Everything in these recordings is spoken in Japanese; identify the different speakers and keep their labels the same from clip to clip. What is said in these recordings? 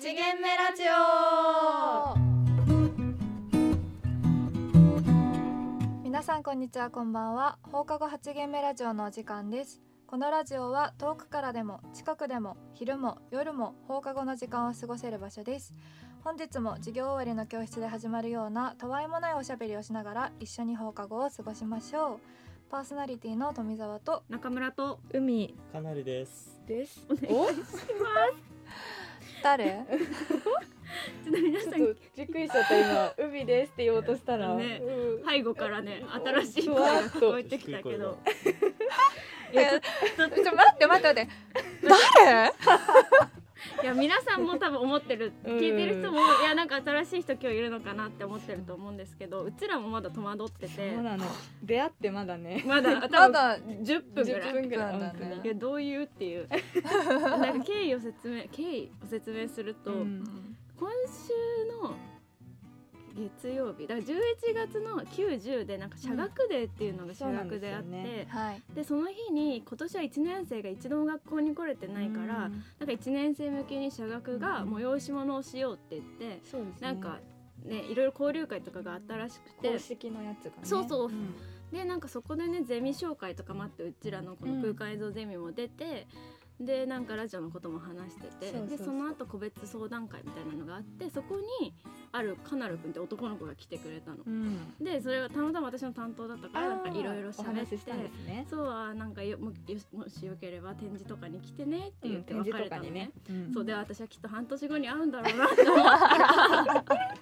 Speaker 1: 資源目ラジオ
Speaker 2: 皆さんこんにちはこんばんは放課後8限目ラジオのお時間ですこのラジオは遠くからでも近くでも昼も夜も放課後の時間を過ごせる場所です本日も授業終わりの教室で始まるようなたわいもないおしゃべりをしながら一緒に放課後を過ごしましょうパーソナリティの富澤と
Speaker 1: 中村と
Speaker 3: 海
Speaker 4: かなりです。
Speaker 3: です。
Speaker 1: お
Speaker 2: 誰
Speaker 1: ちょっと皆
Speaker 3: ち
Speaker 1: さ
Speaker 3: ょっ
Speaker 1: ん
Speaker 3: とびっくりしちゃった今海ですって言おうとしたら、
Speaker 1: ね
Speaker 3: うん
Speaker 1: 背後からね新しい声
Speaker 3: ふわ
Speaker 1: が
Speaker 3: っと
Speaker 1: 聞こえてきたけど
Speaker 2: いやちょっと待って待って待って誰
Speaker 1: いや皆さんも多分思ってる
Speaker 3: うん
Speaker 1: 聞いてる人もいやなんか新しい人今日いるのかなって思ってると思うんですけどうちらもまだ戸惑ってて
Speaker 3: そうなの。出会ってまだね。
Speaker 1: ま だ多
Speaker 2: ま
Speaker 1: 分
Speaker 2: だ
Speaker 1: 10分ぐら
Speaker 3: 10
Speaker 1: い。
Speaker 3: 分ぐらい。
Speaker 2: そうだね
Speaker 1: いやどういうっていう なんか経緯を説明経緯を説明すると、
Speaker 3: うん
Speaker 1: 今週の月曜日だから11月の90でなんか社学デーっていうのが社学であって、
Speaker 3: そうなんですよね
Speaker 2: はい
Speaker 1: でその日に今年は1年生が一度も学校に来れてないから、な
Speaker 3: うん
Speaker 1: か
Speaker 3: ん
Speaker 1: 1年生向けに社学が催し物をしようって言って、
Speaker 3: そうですね。
Speaker 1: なんかねいろいろ交流会とかがあったらしくて
Speaker 3: 公。式のやつがね。
Speaker 1: そうそう
Speaker 3: うん
Speaker 1: でなんかそこでねゼミ紹介とかもあってうちらのこの空間映像ゼミも出て、でなんかラジオのことも話してて
Speaker 3: そうそうそう
Speaker 1: でその後個別相談会みたいなのがあってそこにあるカナル君って男の子が来てくれたの。
Speaker 3: うん。
Speaker 1: でそれがたまたま私の担当だったからなんかいろいろ
Speaker 3: お
Speaker 1: 喋っ
Speaker 3: 話
Speaker 1: て
Speaker 3: ししたんですね。
Speaker 1: そうはなんかよもよしもしよければ展示とかに来てねって言って
Speaker 3: うん
Speaker 1: 別
Speaker 3: 展示
Speaker 1: れ
Speaker 3: と
Speaker 1: た
Speaker 3: か
Speaker 1: のね,、
Speaker 3: にね。うん
Speaker 1: そうで私はきっと半年後に会うんだろうなって思った ら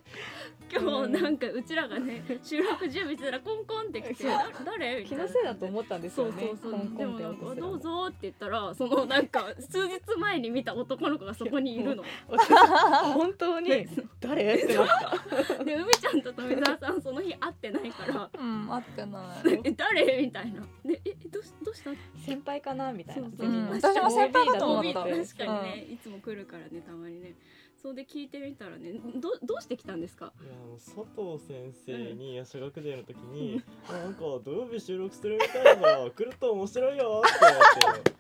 Speaker 1: 今日なんかうちらがね収録準備してたらコンコンって来て
Speaker 3: そう
Speaker 1: だ誰み
Speaker 3: 気
Speaker 1: たいな
Speaker 3: のせいだと思ったんです
Speaker 1: そ
Speaker 3: よ
Speaker 1: う
Speaker 3: ね。
Speaker 1: そうそう、
Speaker 3: コンコ
Speaker 1: で
Speaker 3: ンっ
Speaker 1: も
Speaker 3: て
Speaker 1: なん
Speaker 3: 音
Speaker 1: か
Speaker 3: すら
Speaker 1: どう ぞって言ったらそのなんか数日前に見た男の子がそこにい るの
Speaker 3: 私本当に誰ってなった。
Speaker 1: で梅ちゃんと富澤さんその日会ってないから
Speaker 2: うん合ってな
Speaker 1: 「え誰?」みたいな「でえどうしどうした?」
Speaker 3: 先輩かなみたいな。
Speaker 1: そう
Speaker 2: い、う、
Speaker 1: そうん
Speaker 3: 全
Speaker 2: 私も先輩だと思
Speaker 1: OB
Speaker 2: った
Speaker 1: 確かに
Speaker 3: 確
Speaker 1: ね、いつも来るからねたまにねそうで聞いてみたらねどどうして来たんですか
Speaker 4: いやもう佐藤先生に、いや小学生の時に、なんか土曜日収録するみたいだから来ると面白いよって言われて。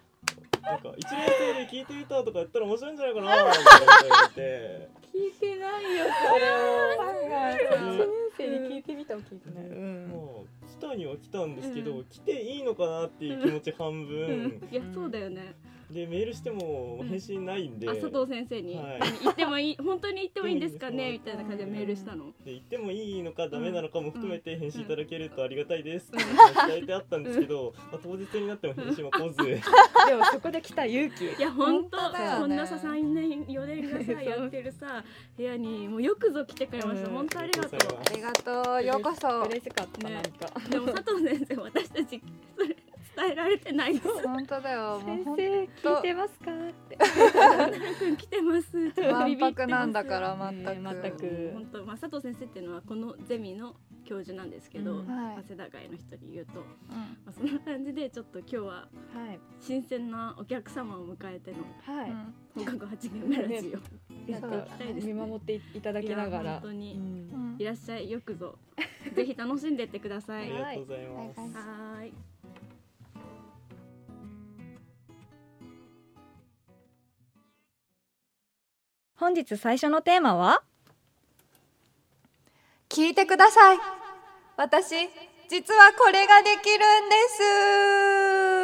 Speaker 4: なんか一年生で聞いてみたとか言ったら面白いんじゃないかなみたいなこと言われて
Speaker 3: 聞いてないよそれを。ファンが一
Speaker 4: うん
Speaker 3: 年生に聞いてみたも聞いてない。うん。
Speaker 4: もう来たには来たんですけど、
Speaker 1: うん
Speaker 4: 来ていいのかなっていう気持ち半
Speaker 1: う
Speaker 4: 分
Speaker 1: ん、いや
Speaker 3: うん
Speaker 1: そうだよね、
Speaker 4: でメールしても返信ないんで,、
Speaker 1: あ佐藤先生に、
Speaker 4: はい
Speaker 1: 言ってもいい本当に言ってもいいんですかね
Speaker 4: いい
Speaker 1: み
Speaker 4: ん
Speaker 1: たいな感じでメールしたの、
Speaker 4: で行ってもいいのかダメなのかも含めて返信いただけるとありがたいです
Speaker 1: うん
Speaker 4: って伝えてあったんですけど、まあ、当日になっても返信は来ず。
Speaker 3: でもそこで来た勇気。
Speaker 1: いや本当
Speaker 2: 本当だよね
Speaker 1: こんなさ3年4年がさ
Speaker 3: そう
Speaker 1: やってるさ部屋にもうよくぞ来てくれました、
Speaker 3: うん
Speaker 1: 本当ありがと
Speaker 4: ありがとう
Speaker 1: う
Speaker 4: ご
Speaker 2: ありがとうようこそ
Speaker 3: 嬉しかった、
Speaker 1: ね
Speaker 3: なんか
Speaker 1: でも佐藤先生私たちそれ伝えられてないです
Speaker 2: 本当だよもう
Speaker 3: 先
Speaker 2: 本
Speaker 3: 生聞いてますかって
Speaker 1: 君来てますちょっと
Speaker 2: わ
Speaker 1: ビ
Speaker 2: ん
Speaker 1: ビ
Speaker 2: ぱ
Speaker 1: ってま
Speaker 2: く
Speaker 1: す
Speaker 2: なんだから
Speaker 3: ビビってます
Speaker 2: 全く。
Speaker 3: く
Speaker 1: 本当まあ佐藤先生っていうのはこのゼミの教授なんですけど、
Speaker 3: うん
Speaker 2: はい
Speaker 1: 早稲田会の人に言うと、ま
Speaker 2: うん
Speaker 1: あ、そんな感じでちょっと今日は
Speaker 3: はい
Speaker 1: 新鮮なお客様を迎えての
Speaker 3: は
Speaker 1: 放課後8限目ラジオ、
Speaker 3: い、なん
Speaker 2: そう
Speaker 3: か
Speaker 2: 聞
Speaker 1: きたいですね
Speaker 3: 見守っていただきなが
Speaker 1: いや
Speaker 3: ら
Speaker 1: 本当に
Speaker 3: うん
Speaker 2: うん
Speaker 1: いらっしゃいよくぞぜひ楽しんでってくだ
Speaker 4: あ
Speaker 1: さい
Speaker 4: り
Speaker 1: は
Speaker 4: がとうござい
Speaker 2: はい
Speaker 4: ます。
Speaker 2: はい
Speaker 1: ーい
Speaker 5: 本日最初のテーマは
Speaker 2: 聞いてください私実はこれができるんです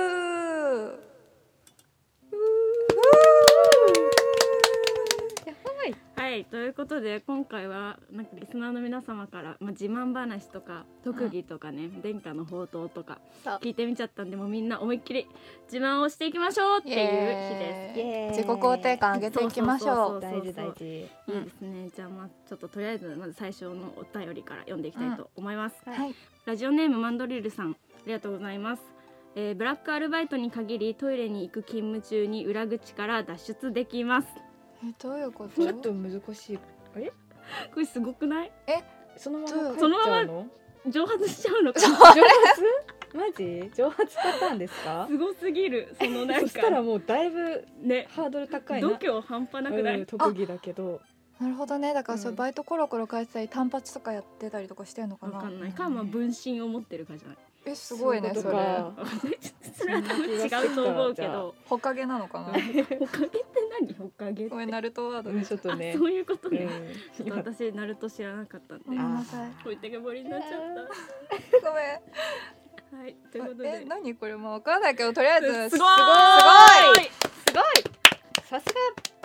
Speaker 1: はいということで今回はなんかリスナーの皆様から、まあ、自慢話とか特技とかね、殿下の宝刀とか
Speaker 2: そう
Speaker 1: 聞いてみちゃったんでもうみんな思いっきり自慢をしていきましょうっていう日です。
Speaker 2: イエーイ
Speaker 3: エーイ
Speaker 2: 自己肯定感上げていきましょう
Speaker 1: そうそう
Speaker 3: 大事大事
Speaker 1: いいですねじゃあまあちょっととりあえずまず最初のお便りから読んでいきたいと思います、
Speaker 3: うん
Speaker 2: はい
Speaker 1: ラジオネームマンドリルさんありがとうございます、えー、ブラックアルバイトに限りトイレに行く勤務中に裏口から脱出できます
Speaker 2: えどういうこ
Speaker 3: ちょっと難しい
Speaker 1: これすごくない
Speaker 3: そのまま帰っ
Speaker 1: そのま
Speaker 3: ち
Speaker 1: ま
Speaker 3: ゃうの
Speaker 1: 蒸発しちゃうのか
Speaker 3: 蒸発マジ蒸発パターンですか
Speaker 1: すごすぎるそのなん
Speaker 3: そしたら
Speaker 1: か
Speaker 3: もうだいぶ
Speaker 1: ね
Speaker 3: ハードル高いな
Speaker 1: 度胸半端なくない、
Speaker 3: うん特技だけど
Speaker 2: なるほどねだからそううんバイトコロコロ返したり単発とかやってたりとかしてるのか
Speaker 1: わ
Speaker 2: な
Speaker 1: かんないかまあ分身を持ってるかじゃない
Speaker 2: えすごいね
Speaker 3: そう
Speaker 2: そ
Speaker 3: いうこと
Speaker 2: れ
Speaker 3: か
Speaker 1: それは多分違うと思うけど
Speaker 2: ほかげなのかな
Speaker 1: ほかげって何ほかげって
Speaker 2: ごめんナルトワード
Speaker 3: うん
Speaker 2: で
Speaker 3: ちょっと
Speaker 1: あ
Speaker 3: ね
Speaker 1: そういうことね、
Speaker 3: うん
Speaker 1: ちょっと私ナルト知らなかったんで
Speaker 2: ごめんなさい
Speaker 1: 置いてけぼりになっちゃっ
Speaker 2: ごめん
Speaker 1: たはいということ
Speaker 2: え
Speaker 1: で
Speaker 2: 何これもうわからないけどとりあえず
Speaker 1: すご
Speaker 2: す
Speaker 1: ーい
Speaker 3: すごいさす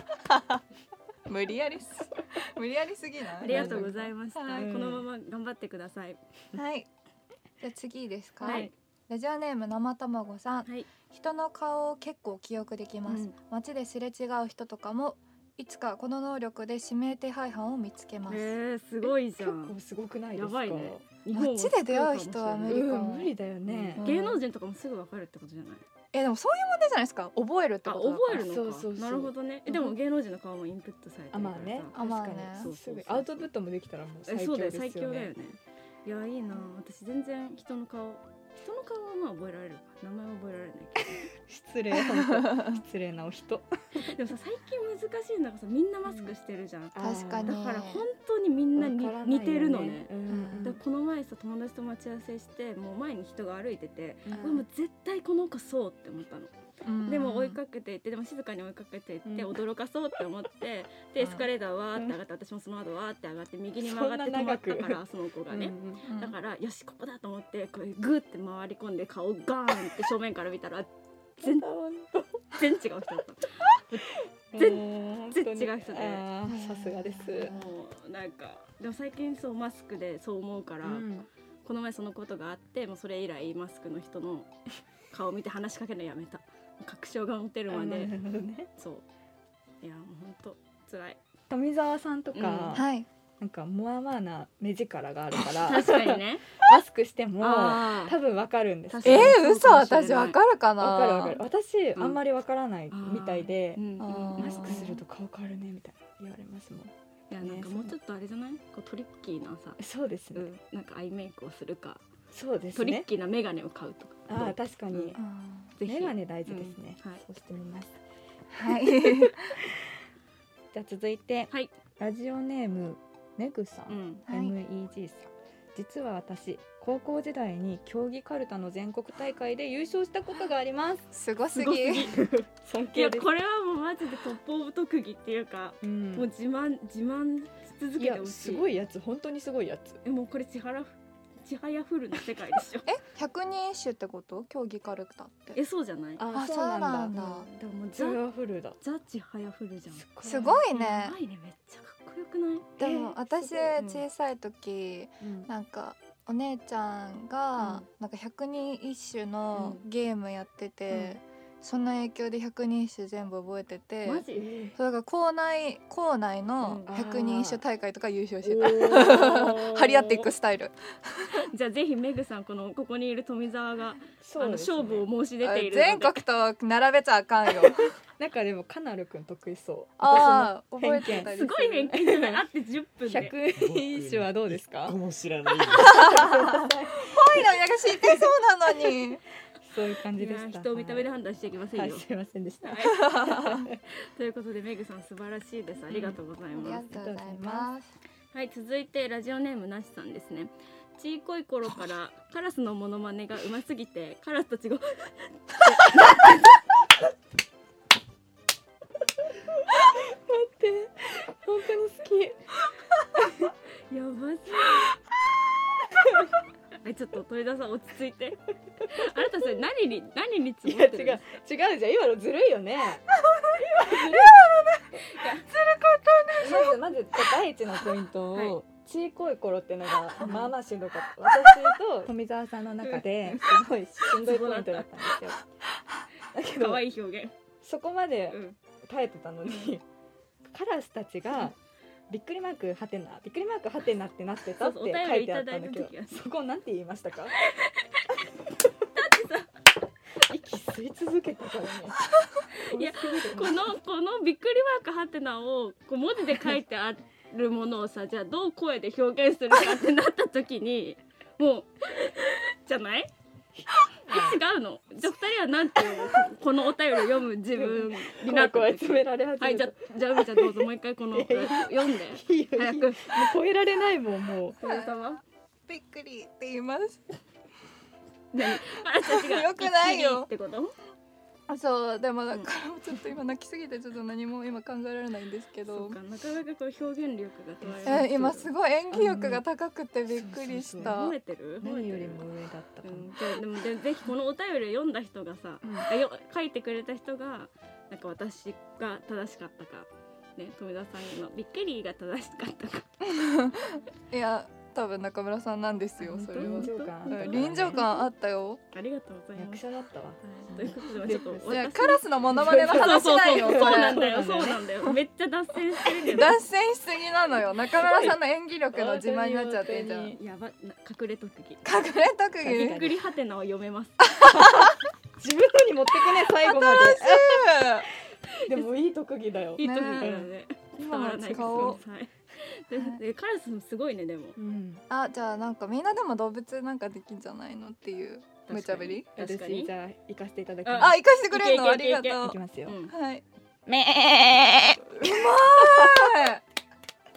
Speaker 2: ごい無理や りす無理やりすぎない
Speaker 1: ありがとうございました、
Speaker 2: はい
Speaker 1: このまま頑張ってください
Speaker 2: はいじゃあ次ですか、
Speaker 1: はい
Speaker 2: ラジオネーム生卵さん、
Speaker 1: はい
Speaker 2: 人の顔を結構記憶できます、
Speaker 1: うん
Speaker 2: 街ですれ違う人とかもいつかこの能力で指名手配犯を見つけます、
Speaker 1: えー、すごいじゃ
Speaker 3: が結
Speaker 1: ん
Speaker 3: 構すごくないです
Speaker 1: や
Speaker 3: か
Speaker 1: ばいね日本を
Speaker 2: 街で出会う人は無理
Speaker 3: う
Speaker 2: か
Speaker 3: ん
Speaker 2: も、
Speaker 3: 無理だよね
Speaker 1: ね、芸能人とかもすぐわかるってことじゃない
Speaker 2: えでもそういう問題じゃないですか覚えるって
Speaker 1: あ
Speaker 2: こ
Speaker 1: 覚
Speaker 2: とだから
Speaker 1: えるのか
Speaker 3: そうそうそう
Speaker 1: なるほどねえでも芸能人の顔もインプットされてる
Speaker 3: あ
Speaker 1: から
Speaker 3: ま
Speaker 1: さ
Speaker 3: あね
Speaker 2: あまあね
Speaker 3: 確かに
Speaker 1: そう
Speaker 3: す
Speaker 1: そうそう
Speaker 3: ごいアウトプットもできたらもう最
Speaker 1: えそ
Speaker 3: 強
Speaker 1: うだよ
Speaker 3: です
Speaker 1: 最強
Speaker 3: よ
Speaker 1: だよ
Speaker 3: ね
Speaker 1: ねいやいいな私全然人の顔人の顔はまあ覚えられるか名前は覚えられない
Speaker 3: 失礼 本当失礼なお人
Speaker 1: け どでもさ最近難しいのがさみんなマスクしてるじゃん、
Speaker 2: 確かに
Speaker 1: だから本当にみんなに
Speaker 3: わからないよ
Speaker 1: 似てるのね
Speaker 3: うん
Speaker 1: だからこの前さ友達と待ち合わせしてもう前に人が歩いてて、うわもう絶対この子そうって思ったの、
Speaker 2: うん
Speaker 1: でも追いかけていってでも静かに追いかけていって
Speaker 3: うん
Speaker 1: 驚かそうって思って、でエスカレーターわーって上がって、私もその後わーって上がって右に曲がって止
Speaker 3: そん
Speaker 1: ま
Speaker 3: な
Speaker 1: っ
Speaker 3: 長く
Speaker 1: たからその子がね、
Speaker 3: うん
Speaker 2: うん
Speaker 1: だからよしここだと思ってこれグーって回り込んで顔ガーンって正面から見たら全然違う人だった
Speaker 3: 全
Speaker 1: 全然違う人で
Speaker 3: さすがです
Speaker 1: のもうなんかでも最近そうマスクでそう思うから、
Speaker 3: うん
Speaker 1: この前そのことがあってもうそれ以来マスクの人 の顔を見て話しかけるのやめた確証が持てるま
Speaker 3: あ
Speaker 1: で
Speaker 3: なるほどね
Speaker 1: そういやもうほんとつらい
Speaker 3: 富澤さんと
Speaker 1: うん
Speaker 3: か
Speaker 2: はい
Speaker 3: なんかまあまあな目力があるから
Speaker 1: 確かにね
Speaker 3: マスクして も
Speaker 1: あー
Speaker 3: 多分わかるんです
Speaker 1: 確
Speaker 2: え
Speaker 1: かに
Speaker 3: わ
Speaker 2: ー、嘘
Speaker 1: そうかもし
Speaker 2: 私
Speaker 1: れない
Speaker 2: わかるかな
Speaker 3: かるわかる私
Speaker 1: うん
Speaker 3: あんまりわからない
Speaker 1: あー
Speaker 3: みたいで
Speaker 1: うん
Speaker 2: あー
Speaker 3: マスクすると顔変わるねみたいな言われますもん
Speaker 1: いやなんかもうちょっとあれじゃないこうトリッキーなさ、
Speaker 3: そうです
Speaker 1: う
Speaker 3: ね
Speaker 1: ん、なんかアイメイクをするか
Speaker 3: そうです
Speaker 1: トリ
Speaker 3: ね
Speaker 1: ッキーなメガネを買うとか
Speaker 3: ああ確か
Speaker 1: うん
Speaker 3: に
Speaker 2: うん
Speaker 1: ぜひ
Speaker 3: メガネ大事ですね
Speaker 1: うんはい
Speaker 3: そうしてみます
Speaker 2: はい
Speaker 3: じゃあ続いて
Speaker 1: はい、
Speaker 3: ラジオネームめぐさん
Speaker 1: うん、
Speaker 2: はい
Speaker 3: MEG さん実は私高校時代に競技かるたの全国大会で優勝したことがあります
Speaker 2: すごす
Speaker 1: すごす
Speaker 2: ぎ
Speaker 1: ぎ
Speaker 3: 尊
Speaker 1: いやこれはもうマジでトップオブ特技っていうか、
Speaker 3: うん
Speaker 1: もう自慢自慢し続
Speaker 3: い
Speaker 1: けて
Speaker 3: や
Speaker 1: ほしい
Speaker 3: すごいやつ本当にすごいやつ
Speaker 1: えもうこれ千原ふ千早フルの世界でしょ
Speaker 2: え百人一首ってこと競技カルタって
Speaker 1: えそうじゃない
Speaker 3: あ
Speaker 2: あそうなんだ
Speaker 1: でももう
Speaker 3: そ
Speaker 1: ザ
Speaker 3: れはフルだ
Speaker 1: ザ千早フルじゃん
Speaker 2: すごい
Speaker 1: や
Speaker 2: ね
Speaker 1: ばいねめっちゃかっこよくない
Speaker 2: でも私小
Speaker 3: ち
Speaker 2: さい時なんかお姉ちゃんがなんか百人一首のゲームやっててその影響で百人一首全部覚えてて
Speaker 1: マジ
Speaker 2: そうだから校内校内の
Speaker 1: うん
Speaker 2: 百人一首大会とか優勝してた、
Speaker 3: 張
Speaker 2: 張り合っていくスタイル
Speaker 1: じゃあぜひメグさんこのここにいる富澤が、あ
Speaker 3: そう
Speaker 1: の
Speaker 3: ですね
Speaker 1: 勝負を申し出ているの
Speaker 2: 全
Speaker 1: で
Speaker 2: 国と並べちゃあかん よ
Speaker 3: なんかでもカナルくん得意そう
Speaker 2: ああ
Speaker 3: 私も
Speaker 2: 覚えてたり
Speaker 1: すごい偏見じゃないあって10分で
Speaker 3: 百人一首はどうですか
Speaker 4: 僕も知ら ないです
Speaker 2: 恋のなんか知ってそうなのに
Speaker 3: そういう感じ
Speaker 1: い
Speaker 3: で
Speaker 1: や
Speaker 3: した
Speaker 1: 人を見た目で
Speaker 3: は
Speaker 1: 判断していきませ
Speaker 3: い
Speaker 1: ん
Speaker 3: はい
Speaker 1: よ、
Speaker 3: すいませんでした
Speaker 1: はいということでメグさん素晴らしいですありがとうござい
Speaker 2: あり
Speaker 1: ま
Speaker 2: が
Speaker 1: す、
Speaker 2: とうございます
Speaker 1: はい続いてラジオネームなしさんですねちいこい頃からカラスのモノマネがうますぎてカラスたちが
Speaker 3: って本当に好き
Speaker 1: やばすぎるちょっと鳥田さん落ち着いてあなたそれ何に何につ
Speaker 3: い
Speaker 1: も
Speaker 3: や
Speaker 1: っ
Speaker 3: 違う
Speaker 1: て
Speaker 3: 違
Speaker 1: る
Speaker 3: うじゃん今のずるいよね。今のずるい。ずるかったね。まずまず第一のポイント
Speaker 1: は
Speaker 3: を。ちいこい頃っていうのがまあまあしんどかった私と富澤さんの中ですごいしんどいポイントだったんですよだけ
Speaker 1: 可
Speaker 3: ど
Speaker 1: 愛い表現、
Speaker 3: そこまで
Speaker 1: うん、
Speaker 3: 耐えてた のにカラスたちがびっくりマークはてなびっくりマークはてなってなってたって
Speaker 1: そうそうお
Speaker 3: 書
Speaker 1: 便り
Speaker 3: いてあったんだ
Speaker 1: いた
Speaker 3: け
Speaker 1: だいた
Speaker 3: ど
Speaker 1: 時は
Speaker 3: そこなんて言いましたかだってさ息吸い続けたからね
Speaker 1: いや
Speaker 3: 多すぎる
Speaker 1: こ
Speaker 3: ね
Speaker 1: のこのびっくりマークハテナをこう文字で書いてあるものをさじゃあどう声で表現するかってなった時にもうじゃない違うのじゃあ2人はなんていうのこのお便りを読む自分になった
Speaker 3: 声
Speaker 1: 時
Speaker 3: 詰められ始めた
Speaker 1: はいじゃあじゃあ海ちゃんどうぞもう一回この
Speaker 3: いやいや
Speaker 1: 読んで
Speaker 3: いいよいいよ
Speaker 1: 早
Speaker 3: もう
Speaker 1: く
Speaker 3: 超えられないもんもう
Speaker 1: 富澤
Speaker 2: びっくりって言います
Speaker 1: 何私たちが
Speaker 2: よくないよ
Speaker 1: 一気にってこと
Speaker 2: そうでもだからちょっと今泣きすぎてちょっと何も今考えられないんですけ
Speaker 1: そ
Speaker 2: ど
Speaker 1: うかなかなかこう表現力が問われま
Speaker 2: え
Speaker 1: す
Speaker 2: 今
Speaker 1: けど
Speaker 2: すごい演技力が高くてびっくりし
Speaker 1: 褒
Speaker 2: た
Speaker 1: めてる褒め
Speaker 3: 何
Speaker 1: て
Speaker 3: より
Speaker 1: る
Speaker 3: も上だったか
Speaker 1: う
Speaker 3: も、
Speaker 1: ん、じゃあでもでぜひこのお便りを読んだ人がさ、
Speaker 2: うん
Speaker 1: あよ書いてくれた人がなんか私が正しかったか、ね、富田さんのびっくりが正しかったか
Speaker 2: いや多分中村さんなんですよ
Speaker 1: 本
Speaker 2: そ
Speaker 1: 当
Speaker 2: れは
Speaker 1: 本
Speaker 3: 臨場感あっ
Speaker 1: 当
Speaker 3: た
Speaker 2: うん臨場感あったよ
Speaker 3: ね
Speaker 1: ありがとうございま
Speaker 3: 役
Speaker 1: す。
Speaker 3: 者だったわ
Speaker 1: はいということでちょっと
Speaker 2: いや
Speaker 1: 私
Speaker 2: カラスのモノマネの話
Speaker 1: そうそう
Speaker 2: な
Speaker 1: そ
Speaker 2: いうよ
Speaker 1: そう
Speaker 2: こ
Speaker 1: なん
Speaker 2: れ
Speaker 1: だよそうなんだよめっちゃ脱線してるけど
Speaker 2: 脱線しすぎなのよ中村さんの演技力の自慢になっちゃってんじゃん隠
Speaker 3: 本
Speaker 1: やばな隠れ特技
Speaker 2: れ特技
Speaker 3: 確か
Speaker 1: び
Speaker 3: に
Speaker 1: っくりはてなを読めます
Speaker 3: 自分のに持ってくね最後まででもいい特技だよ
Speaker 1: いい特技だよね伝
Speaker 2: 今
Speaker 1: わ
Speaker 2: の
Speaker 1: らないです
Speaker 2: 使おう
Speaker 1: よはいででカラスもすごいねでも
Speaker 3: うん
Speaker 2: あじゃあなんかみんなでも動物なんかできんじゃないのっていう
Speaker 1: 確かに
Speaker 2: 無茶ぶり
Speaker 1: 確か
Speaker 3: 私
Speaker 1: に
Speaker 3: じゃあ行かせていただき
Speaker 2: あ
Speaker 3: ま
Speaker 2: 行かしてくれるのあ
Speaker 1: いけ
Speaker 2: り
Speaker 1: いけ
Speaker 2: が
Speaker 1: いけ
Speaker 2: とう
Speaker 3: すいきますよ、
Speaker 1: うん
Speaker 2: はい
Speaker 5: め
Speaker 2: はい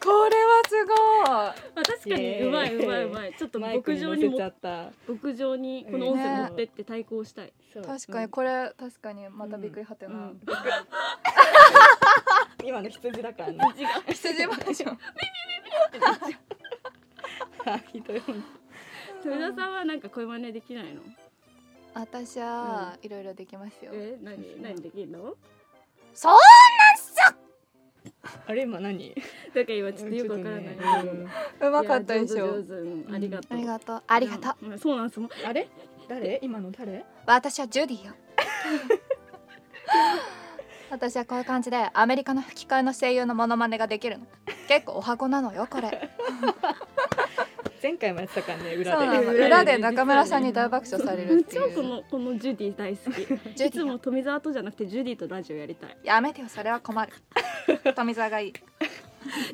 Speaker 2: これはす
Speaker 1: まあ確かにうまいうまいうまいちょっと
Speaker 3: マイク
Speaker 1: 牧
Speaker 3: に
Speaker 1: 場
Speaker 3: 乗
Speaker 1: に
Speaker 3: せ
Speaker 1: も
Speaker 3: ちゃった
Speaker 1: 牧場にこの音声持ってって対抗したい
Speaker 3: そう
Speaker 2: ごい確かにこれ確かにまたびっくりはてな、
Speaker 1: うん
Speaker 3: 今の羊だからね
Speaker 1: 違う
Speaker 2: 羊バージョン
Speaker 3: ひどい本
Speaker 1: 富田さんはなんか声真似できないの
Speaker 2: 私はいろいろできますよ、
Speaker 1: え何何できるの
Speaker 2: そう
Speaker 3: あれ今何
Speaker 1: だから今ちょっとよくわからない
Speaker 3: うん
Speaker 2: うまかったでし
Speaker 1: いや
Speaker 2: ょ
Speaker 1: 上手上手うんありがと
Speaker 2: あ
Speaker 1: う
Speaker 2: りがとうありがとう、
Speaker 1: うんそうなんですもう
Speaker 3: あれ誰今の誰
Speaker 2: 私はジュディよ私はこういう感じでアメリカの吹き替えの声優のモノマネができるの結構お箱なのよこれ
Speaker 3: 前回もやってたからね
Speaker 2: そ
Speaker 3: 裏
Speaker 2: う
Speaker 3: で
Speaker 2: なの裏で中村さんに大爆笑されるって
Speaker 1: 超
Speaker 2: い
Speaker 1: こ
Speaker 2: う
Speaker 1: のこのジュディ大好き
Speaker 2: ジュ
Speaker 1: い
Speaker 2: ディ
Speaker 1: つも富澤とじゃなくてジュディとラジオやりたい
Speaker 2: やめてよそれは困る富澤がいい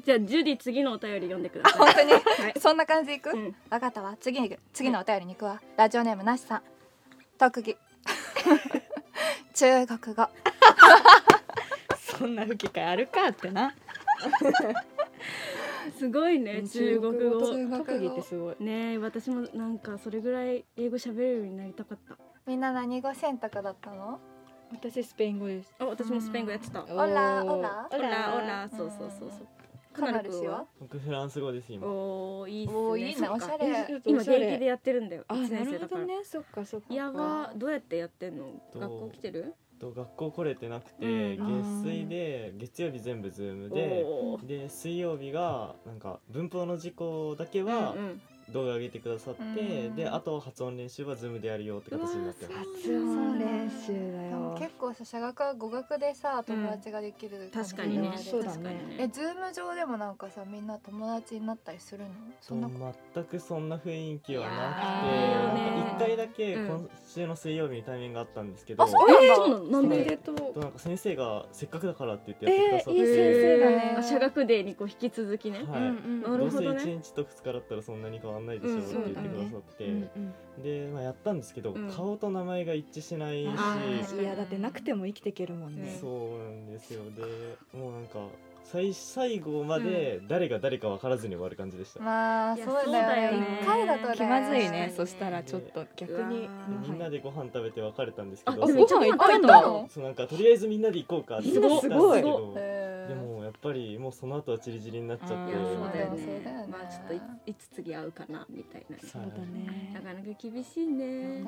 Speaker 1: じゃあジュディ次のお便り読んでくださ
Speaker 2: 本
Speaker 1: い
Speaker 2: 当に、そんな感じでいく、
Speaker 1: うん
Speaker 2: 分かったわ次に行く次のお便りに行くわラジオネームなしさん特技中国語
Speaker 3: そんな吹き替えあるかってな
Speaker 1: すごいね中国語
Speaker 2: 中国語
Speaker 3: 特技ってすごい
Speaker 1: ねえ私もなんかそれぐらい英語喋れるようになりたかった
Speaker 2: みんな何語選択だったの
Speaker 3: 私スペイン語です
Speaker 1: あ私もスペイン語やってたオ
Speaker 3: お
Speaker 1: ラ
Speaker 3: ー
Speaker 2: オラオラ
Speaker 1: オラ
Speaker 2: うん
Speaker 1: そうそうそうそう
Speaker 2: カナル氏は
Speaker 4: 僕フランス語です今
Speaker 1: おおいいっすね
Speaker 2: おーいいね
Speaker 1: そっ
Speaker 2: お
Speaker 1: か
Speaker 2: しゃれ
Speaker 1: 今現役で
Speaker 3: や
Speaker 1: やってるんだよ
Speaker 3: あ
Speaker 1: 一
Speaker 3: な
Speaker 1: 年生
Speaker 3: る
Speaker 1: だ
Speaker 3: ほ
Speaker 1: か
Speaker 3: ど
Speaker 1: ら
Speaker 3: ねそっかそっか
Speaker 1: やばーどうやってやってんの
Speaker 4: どう
Speaker 1: 学校来てる
Speaker 4: と学校来れてなくて、
Speaker 1: うん
Speaker 4: 月水で月曜日全部ズームで
Speaker 1: おー
Speaker 4: で水曜日がなんか文法の事項だけ
Speaker 1: うん
Speaker 4: は
Speaker 1: うん
Speaker 4: 動画上げてくださって、
Speaker 2: うん
Speaker 4: であと発音練習はズームでやるよって形になって
Speaker 1: うわ
Speaker 4: ま
Speaker 1: ー
Speaker 4: す
Speaker 3: 発音練習だ
Speaker 2: でも
Speaker 3: よ
Speaker 2: 結構さ社学は語学でさ友達ができる感じ
Speaker 1: 確
Speaker 2: で
Speaker 1: か
Speaker 2: はある
Speaker 1: に
Speaker 2: よ、
Speaker 1: ね
Speaker 3: そうだね
Speaker 1: 確かに
Speaker 2: えズーム上でもなんかさみんな友達になったりするのそんなこと
Speaker 4: 全くそんな雰囲気はなく
Speaker 1: いやー
Speaker 4: て
Speaker 1: いいよね
Speaker 4: なんか一回だけ
Speaker 1: うん
Speaker 4: 今週の水曜日にタイミングがあったんですけど、
Speaker 2: あそう
Speaker 1: えーそうなのなん
Speaker 4: そう
Speaker 1: で
Speaker 4: な
Speaker 3: とう
Speaker 4: なんか先生がせっかくだからって言ってやってくだ
Speaker 3: え
Speaker 4: さ
Speaker 3: ー、
Speaker 4: っ
Speaker 3: い
Speaker 4: て、
Speaker 3: い先生だ
Speaker 2: え
Speaker 3: ね
Speaker 2: ー
Speaker 1: あ社学デーにこう引き続きね
Speaker 4: はい、
Speaker 3: うん
Speaker 1: なるほどね
Speaker 4: うせ1日と2日だったらそんなに変わんないでしょうって言ってくださって、
Speaker 3: うん
Speaker 4: で、まあ、やったんですけど、
Speaker 1: うん
Speaker 4: 顔と名前が一致しないし、
Speaker 3: あ
Speaker 1: ー
Speaker 3: ーいやだってなくても生きていけるもんね
Speaker 4: そうなんですよでもうなんか最最後まで誰が誰か分からずに終わる感じでした、
Speaker 2: まあ
Speaker 1: いや
Speaker 2: そうだよ
Speaker 1: そうだよ
Speaker 2: ね
Speaker 1: ね
Speaker 2: 一回だとね
Speaker 1: 気
Speaker 3: まずいね
Speaker 1: 確かにね
Speaker 3: そしたらちょっと逆に
Speaker 1: うわ
Speaker 4: でみんな
Speaker 3: で
Speaker 4: でご飯食べて別れたんですけ
Speaker 1: あ
Speaker 4: ど
Speaker 1: で
Speaker 4: そ
Speaker 1: も
Speaker 4: う
Speaker 1: 一応
Speaker 3: あ行
Speaker 2: あ
Speaker 3: っ
Speaker 2: 行
Speaker 3: た
Speaker 2: っ
Speaker 3: の
Speaker 2: たの
Speaker 4: そうなんかとりあえずみんなで行こうかって言ったんですけ
Speaker 3: みんなす
Speaker 4: ど
Speaker 2: え
Speaker 4: で
Speaker 2: ー
Speaker 4: もやっぱりもうその後はちりぢりになっちゃって
Speaker 3: あ
Speaker 1: い
Speaker 3: ー
Speaker 1: やそうだよ
Speaker 2: そうだよ
Speaker 1: ね
Speaker 2: ね
Speaker 1: まあちょっといいつ次会うかなみたいな
Speaker 3: そう
Speaker 1: な
Speaker 3: だね
Speaker 1: かなか厳しい
Speaker 3: 本当
Speaker 1: ね
Speaker 3: に頑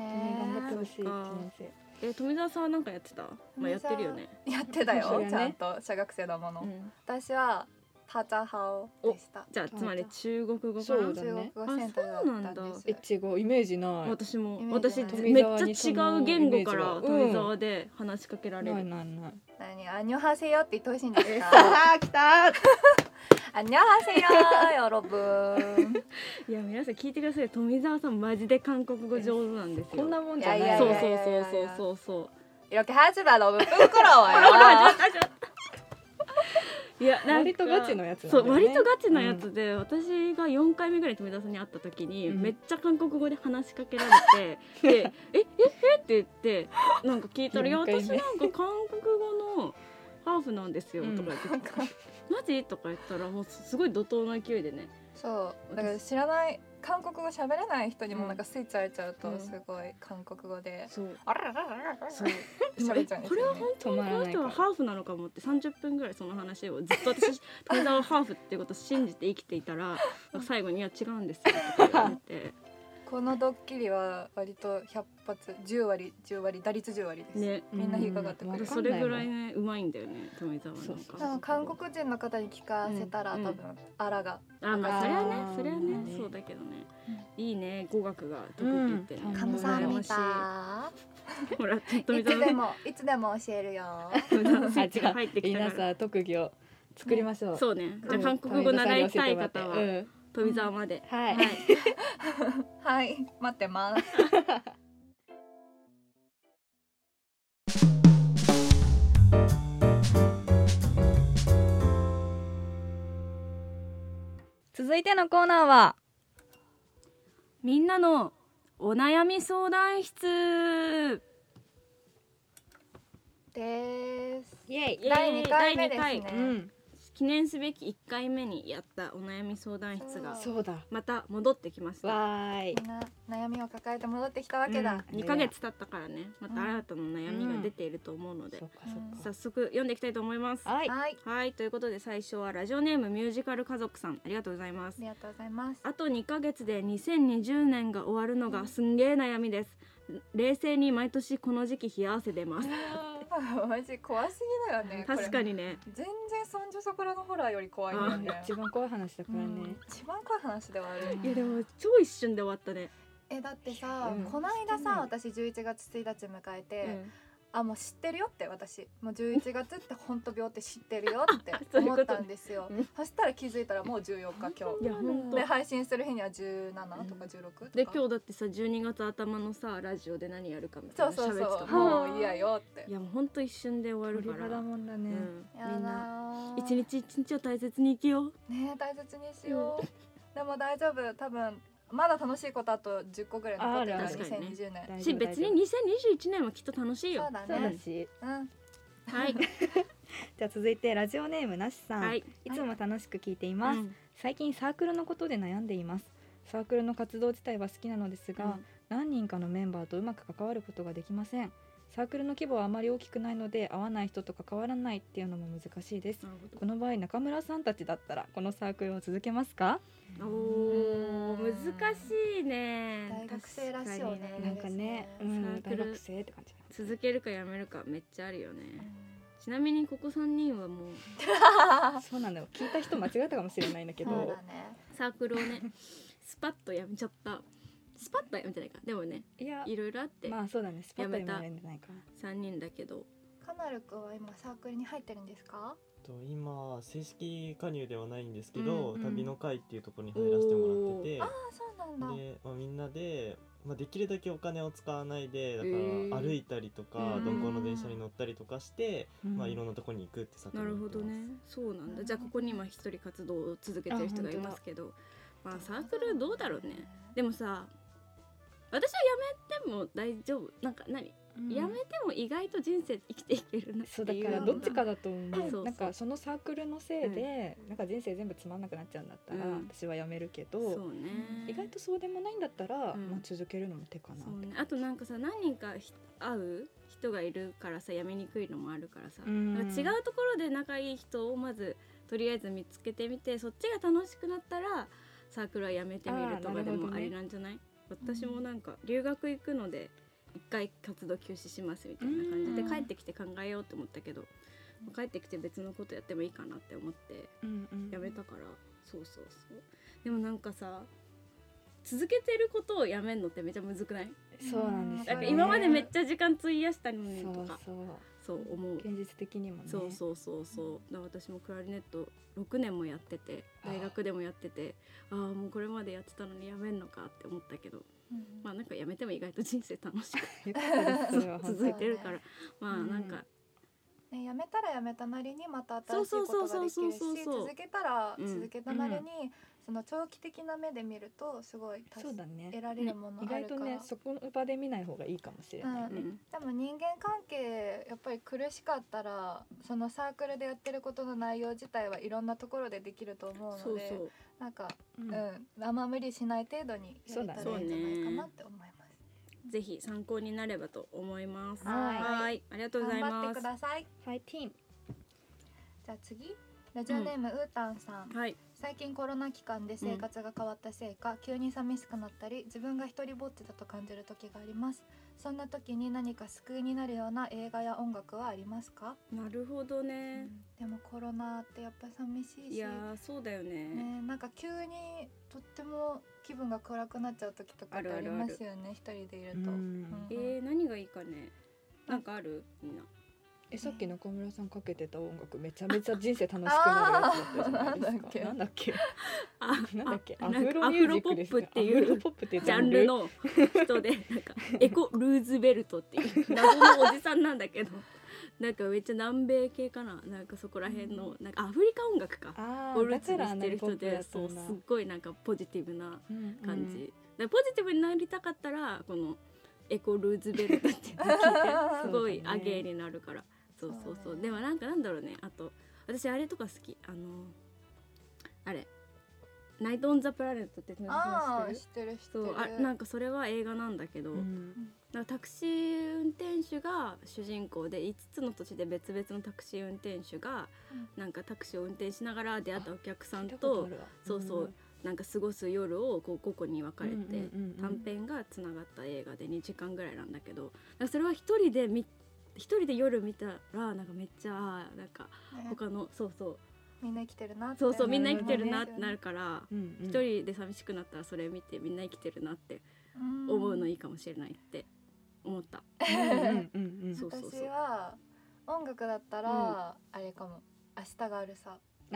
Speaker 3: 張ってほしい一
Speaker 1: そっか
Speaker 3: 年生
Speaker 1: え富澤さんはなんかやってたまあやってるよね
Speaker 2: やってたよ、
Speaker 3: そうだね
Speaker 2: ちゃんと社学生だもの、
Speaker 1: うん
Speaker 2: 私はタチャハオでした
Speaker 1: じゃあつまり中国語か
Speaker 3: そ
Speaker 1: ら
Speaker 3: うだね
Speaker 2: 中国語センターだったんです
Speaker 3: え違うイメージない
Speaker 1: 私も
Speaker 2: イメージ
Speaker 1: 私
Speaker 2: ない
Speaker 1: めっちゃ違う言語から
Speaker 3: 富澤にその
Speaker 1: 富澤で話しかけられ
Speaker 3: ない
Speaker 1: る
Speaker 3: ないない
Speaker 2: 何アンニョハセヨって言ってほしいんですか
Speaker 3: あー来た
Speaker 2: アンニョハセヨよろぶ ん
Speaker 1: いや皆さん聞いてください富澤さんマジで韓国語上手なんですよ
Speaker 3: こんなもんじゃない
Speaker 2: いやい
Speaker 1: そう
Speaker 2: やい
Speaker 1: そう
Speaker 2: や
Speaker 1: そうそうそうそう
Speaker 2: 이렇게하지마너무부끄러워 요
Speaker 1: いやなんか
Speaker 3: 割とガチのやつなんだ
Speaker 1: そ
Speaker 3: よ
Speaker 1: う
Speaker 3: ね
Speaker 1: 割とガチなやつで、私が4回目ぐらいに富田さんに会った時に、
Speaker 3: うん
Speaker 1: めっちゃ韓国語で話しかけられてで「えええっ?」て言ってなんか聞いたら「いや
Speaker 3: 4回目
Speaker 1: 私なんか韓国語のハーフなんですよ」とか言って「マジ?」とか言ったらもうすごい怒涛の勢いでね
Speaker 2: そうだから知らない韓国語喋れない人に
Speaker 1: う
Speaker 2: も
Speaker 1: ん
Speaker 2: なんかスイッチ入れちゃう
Speaker 1: う
Speaker 2: と
Speaker 1: ん
Speaker 2: すごい韓国語で
Speaker 1: そう
Speaker 2: あらららららら
Speaker 1: そう
Speaker 2: 喋っちゃうんです
Speaker 1: これ
Speaker 2: よ
Speaker 1: は
Speaker 2: ね
Speaker 1: 本当にこの人はハーフなのかもって30分ぐらいその話をずっと私富澤はハーフってことを信じて生きていたら最後に「いや違うんですよ」って言われて
Speaker 2: このドッキリは割と100発10割10割打率10割です、
Speaker 1: ね
Speaker 2: みんな引っかかってく
Speaker 3: う
Speaker 2: る
Speaker 3: ん
Speaker 1: それぐらい
Speaker 3: わ
Speaker 1: ねうまいんだよね富澤はなん
Speaker 3: そう
Speaker 2: で
Speaker 1: か
Speaker 2: も韓国人の方に聞かせたら、
Speaker 1: うん
Speaker 2: 多分あらが
Speaker 1: あまあそれは
Speaker 3: あ
Speaker 1: ね
Speaker 3: ー
Speaker 1: それは
Speaker 3: まあ
Speaker 1: ね
Speaker 3: ね
Speaker 1: そうだけどねいいね語学が得意ってね
Speaker 3: うん
Speaker 2: 「感謝
Speaker 1: 羨
Speaker 2: み
Speaker 1: ましい
Speaker 2: た
Speaker 1: ほら富
Speaker 2: いつで
Speaker 1: 澤
Speaker 2: もいつでも教える よ
Speaker 1: 富澤のスイ
Speaker 3: あ
Speaker 1: ッチ
Speaker 3: じゃ
Speaker 1: が
Speaker 3: あ
Speaker 1: 入ってきた
Speaker 3: 皆
Speaker 1: から
Speaker 3: さん特技を作りましょう。
Speaker 1: そうねじゃあ
Speaker 3: ん
Speaker 1: 韓国語習いたい方
Speaker 3: う
Speaker 1: は
Speaker 3: ん
Speaker 1: 富澤まで
Speaker 3: は
Speaker 1: はい
Speaker 3: い。
Speaker 2: はい待ってます
Speaker 5: 続いてのコーナーは
Speaker 1: みんなのお悩み相談室
Speaker 2: です
Speaker 3: イエイ。
Speaker 2: 第2回目です
Speaker 1: 第
Speaker 2: ね
Speaker 1: 二回、
Speaker 3: うん。
Speaker 1: 記念すべき1回目にやったお悩み相談室が
Speaker 3: そうだ。
Speaker 1: また戻ってきました
Speaker 3: わーい
Speaker 2: み。んな悩みを抱えて戻ってきたわけだ、
Speaker 1: うん2ヶ月経ったからねまた新たな悩みが出ていると思うので
Speaker 3: そっかそ
Speaker 1: 早
Speaker 3: っ
Speaker 1: 速読んでいきたいと思います
Speaker 3: か。はい。
Speaker 2: はい
Speaker 1: はいということで最初はラジオネームミュージカル家族さんありがとうございま
Speaker 2: あ
Speaker 1: す
Speaker 2: りがとうございます
Speaker 1: あと2ヶ月で2020年が終わるのがすんげえ悩みです冷静に毎年この時期冷や汗 出ます
Speaker 2: マジ怖すぎだよね
Speaker 1: 確か
Speaker 2: に
Speaker 1: にね
Speaker 2: 全然そんじょそこらのホラーより怖いよね
Speaker 3: 一番怖い話だか
Speaker 2: う
Speaker 3: ら
Speaker 2: ん
Speaker 3: ね。
Speaker 2: 一番怖い話ではあるよね
Speaker 1: いやでも超一瞬で終わったね
Speaker 2: えだってさ、
Speaker 3: うん
Speaker 2: こないださ私11月1日迎えて、あもう知ってるよって私もう11月って本当病って知ってるよって
Speaker 1: そういう
Speaker 2: 思
Speaker 1: こと
Speaker 2: っ
Speaker 1: ね
Speaker 2: たんですよ
Speaker 1: う
Speaker 2: そ
Speaker 1: ん
Speaker 2: したら気づいたらもう14日今
Speaker 1: いや本
Speaker 2: 日
Speaker 1: 当
Speaker 2: で配信する日には17とか16とか
Speaker 1: で今日だってさ12月頭のさラジオで何やるかみたい
Speaker 2: そ
Speaker 1: な
Speaker 2: うそう
Speaker 1: 喋って
Speaker 2: そ
Speaker 1: た
Speaker 2: う
Speaker 1: もん
Speaker 2: もう嫌よって
Speaker 1: いやもうほんと一瞬で終わるから、
Speaker 3: もんだ
Speaker 1: う
Speaker 3: ね
Speaker 1: ん、
Speaker 2: やだー
Speaker 1: みんな一日一日を大切に生きよう
Speaker 2: ねえ大切にしよう、でも大丈夫多分まだ楽しいことあと10個ぐらい残ってるから
Speaker 3: ある
Speaker 1: ある
Speaker 2: 2020年、
Speaker 3: 大丈
Speaker 1: し
Speaker 3: 夫
Speaker 1: 別に2021年もきっと楽しい
Speaker 2: そ
Speaker 1: よ
Speaker 2: うだ
Speaker 3: そうだ
Speaker 2: ね
Speaker 3: し。
Speaker 2: うん
Speaker 1: はい
Speaker 3: じゃあ続いてラジオネームなしさん。
Speaker 1: はいい、
Speaker 3: つも楽しく聞いています。
Speaker 1: うん
Speaker 3: 最近サークルのことで悩んでいます。サークルの活動自体は好きなのですが、何人かのメンバーとうまく関わることができませんサークルの規模はあまり大きくないので合わない人と関わらないっていうのも難しいです
Speaker 1: なる
Speaker 3: この場合中村さんたちだったらこのサークルを続けますか
Speaker 1: ほどお
Speaker 2: う
Speaker 1: ー
Speaker 2: ん
Speaker 1: 難しいね
Speaker 2: 大学生らしいよね
Speaker 1: 確か
Speaker 3: な
Speaker 1: に
Speaker 3: んかね、
Speaker 2: そううです
Speaker 1: ね
Speaker 3: ん、
Speaker 1: サークル
Speaker 3: 大学生って感じ
Speaker 1: 続けるかやめるかめっちゃあるよねちなみにここ3人はもう
Speaker 3: そうなんだよ聞いた人間違えたかもしれないんだけ
Speaker 2: そう
Speaker 3: ど
Speaker 2: だね
Speaker 1: サークルを ねスパッとやめちゃったスパッとはやめてないかでもね
Speaker 3: いや
Speaker 1: いろいろあって
Speaker 3: まあそうだねスパッと
Speaker 1: やめ
Speaker 3: にも
Speaker 1: た
Speaker 3: らえるんじゃないかな
Speaker 1: 3人だけど
Speaker 2: かなるくんは今サークルに入ってるんですか
Speaker 4: と今正式加入ではないんですけ
Speaker 1: う
Speaker 4: ど、
Speaker 1: ん
Speaker 2: うん
Speaker 4: 旅の会っていうところに入らせてもら
Speaker 2: ああそうなんだ
Speaker 4: っててで、まあ、みんなで、まあ、できるだけお金を使わないでだか
Speaker 1: へー
Speaker 4: ら歩いたりとか
Speaker 1: うん
Speaker 4: 鈍行の電車に乗ったりとかして、
Speaker 3: うん
Speaker 4: まあ、いろんなところに行くって作
Speaker 1: なるほど
Speaker 4: になっ
Speaker 1: ね
Speaker 4: てま
Speaker 1: そうなん
Speaker 2: う
Speaker 1: だ
Speaker 2: ん
Speaker 1: じゃあここに今一人活動を続けてる人がいますけどまあサークルどうだろうねでもさ私はやめても大丈夫なんか何、
Speaker 3: うん
Speaker 1: やめても意外と人生生きていけるなって
Speaker 3: そ
Speaker 1: いう
Speaker 3: だか
Speaker 1: う
Speaker 3: ら
Speaker 1: のが
Speaker 3: どっちかだと思
Speaker 1: そう
Speaker 3: う
Speaker 1: そう
Speaker 3: なんかそのサークルのせいで、なんか人生全部つまんなくなっちゃうんだったら、
Speaker 1: うん
Speaker 3: 私はやめるけど、
Speaker 1: そうね
Speaker 3: 意外とそうでもないんだったら、
Speaker 1: うん
Speaker 3: まあ続けるのも手かな
Speaker 1: そうねあとなんかさ何人かひ会う人がいるからさやめにくいのもあるからさ、
Speaker 3: うん
Speaker 1: なんか違うところで仲いい人をまずとりあえず見つけてみてそっちが楽しくなったらサークルはやめてみると
Speaker 3: あ
Speaker 1: か
Speaker 3: ーな
Speaker 1: で
Speaker 3: るほどね
Speaker 1: もありなんじゃない、私もなんか留学行くので一回活動休止しますみたいな感じ
Speaker 2: う
Speaker 1: で
Speaker 2: ん
Speaker 1: 帰ってきて考えようと思ったけど帰ってきて別のことやってもいいかなって思って
Speaker 3: うんうん
Speaker 1: やめたから、そうそうそうでもなんかさ続けてることをやめんのってめっちゃむずくない
Speaker 3: そうなんです
Speaker 1: な
Speaker 3: よ、ね、
Speaker 1: んか今までめっちゃ時間費やしたのにとか
Speaker 3: そう
Speaker 1: そう思う
Speaker 3: そう現実的にもね
Speaker 1: そうそうそうそうだから私もクラリネット6年もやってて
Speaker 3: あー
Speaker 1: 大学でもやっててああもうこれまでやってたのにやめんのかって思ったけど
Speaker 2: うん
Speaker 1: まあなんかやめても意外と人生楽しく
Speaker 3: よかった ですそれは本
Speaker 1: 続
Speaker 3: 当に
Speaker 1: いてるからまあなんか
Speaker 2: ね、やめたらやめたなりにまた新しいことができるし
Speaker 1: そうそうそうそうそうそう
Speaker 2: 続けたら
Speaker 1: うん
Speaker 2: 続けたなりに、その長期的な目で見るとすごい達
Speaker 3: そうだね
Speaker 2: 得られるものあ
Speaker 3: 意
Speaker 2: るから、
Speaker 3: 外とねそこの場で見ない方がいいかもしれない、
Speaker 2: うんでも人間関係やっぱり苦しかったらそのサークルでやってることの内容自体はいろんなところでできると思うので
Speaker 1: そうそう
Speaker 2: なんか、
Speaker 3: う
Speaker 2: うんんあんま無理しない程度にやれたらいいんじゃないかなって思います。
Speaker 1: ぜひ参考になればと思います
Speaker 2: はい
Speaker 1: はいありがとうござい
Speaker 2: 頑張っ
Speaker 1: ま
Speaker 2: て
Speaker 1: す
Speaker 2: ください
Speaker 3: ファイティーン
Speaker 2: じゃあ次ラジオネーム、うーたんさん
Speaker 1: はい
Speaker 2: 最近コロナ期間で生活が変わったせいか、急に寂しくなったり自分が一人ぼっちだと感じる時がありますそんな時に何か救いになるような映画や音楽はありますか、
Speaker 1: なるほどね
Speaker 2: でもコロナってやっぱ寂しいし
Speaker 1: いやーそうだよね
Speaker 2: ね、なんか急にとっても気分が暗くなっちゃう時とかってありますよね一人でいると、
Speaker 3: うん
Speaker 1: えー何がいいかねなんかあるみんな
Speaker 3: えさっき中村さんかけてた音楽めちゃめちゃ人生楽しくなるやつだった じゃないですか
Speaker 2: あー
Speaker 3: なんだっけ
Speaker 1: あ
Speaker 3: なんだっけ
Speaker 1: あ
Speaker 3: ア
Speaker 1: なんか
Speaker 3: フロミュージックですね
Speaker 1: アフロポップっていう
Speaker 3: アフロポップっていう
Speaker 1: ジャンルの人でなんかエコ・ルーズベルトっていう謎のおじさんなんだけどなんかめっちゃ南米系かななんかそこら辺のなんかアフリカ音楽か
Speaker 3: あ
Speaker 1: を
Speaker 3: ー
Speaker 1: ルー
Speaker 3: だ
Speaker 1: ツ
Speaker 3: か
Speaker 1: に
Speaker 3: らあ
Speaker 1: し
Speaker 3: ん
Speaker 1: てる
Speaker 3: なにポ
Speaker 1: 人
Speaker 3: ップだ
Speaker 1: で
Speaker 3: った
Speaker 1: そうんす
Speaker 3: だ
Speaker 1: っごいなんかポジティブな
Speaker 3: うんうん
Speaker 1: 感じ、だからポジティブになりたかったらこのエコ・ルーズベルトっていうの聞いてすごいアゲーになるからそうそう
Speaker 2: そ
Speaker 1: そうう
Speaker 2: だね
Speaker 1: でもなんかなんだろうねあと私あれとか好きあのあれ「ナイト・オン・ザ・プラネット」って何
Speaker 2: あ
Speaker 1: して
Speaker 2: あ
Speaker 1: る
Speaker 2: 知ってる知って
Speaker 1: そ
Speaker 2: る
Speaker 1: うあなんかそれは映画なんだけど、
Speaker 3: うん
Speaker 1: なんかタクシー運転手が主人公で5つの土地で別々のタクシー運転手が、
Speaker 2: う
Speaker 1: なんかタクシーを運転しながら出会ったお客さん
Speaker 3: 聞いたことあ
Speaker 1: と
Speaker 3: るわ
Speaker 1: そうそう、なんか過ごす夜をこう5個に分かれて、
Speaker 3: うんうんうんうん
Speaker 1: 短編がつながった映画で2時間ぐらいなんだけどなんかそれは一人で見一人で夜見たらなんかめっちゃあーなんか
Speaker 2: ね
Speaker 1: 他のそうそう
Speaker 2: みんな生きてるなって
Speaker 1: そうそうみんな
Speaker 3: な
Speaker 1: 生き
Speaker 3: るほどね
Speaker 1: てるなってなるから
Speaker 3: うんうん
Speaker 1: 一、人で寂しくなったらそれ見てみんな生きてるなって思うのいいかもしれないって思った。
Speaker 3: うんうんうんうん
Speaker 1: そう
Speaker 2: 私は音楽だったら、あれかも明日があるさ
Speaker 1: あ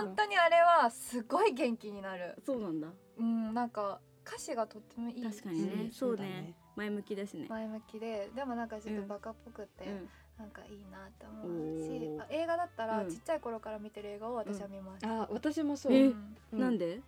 Speaker 1: ー
Speaker 2: 本当にあれはすごい元気になる
Speaker 1: そうなんだ
Speaker 2: うんなんか歌詞がとってもいい
Speaker 1: 確かにね、
Speaker 3: うん
Speaker 1: そうね
Speaker 3: そうだね
Speaker 1: 前向きだしね、
Speaker 2: 前向きででもなんかちょっとバカっぽくて、
Speaker 1: うん、
Speaker 2: なんかいいなって思うし
Speaker 1: おー
Speaker 2: あ映画だったら、
Speaker 1: うん
Speaker 2: ちっちゃい頃から見てる映画を私は見ます、
Speaker 3: あー私もそう、
Speaker 1: え
Speaker 2: ん
Speaker 3: う
Speaker 1: なんで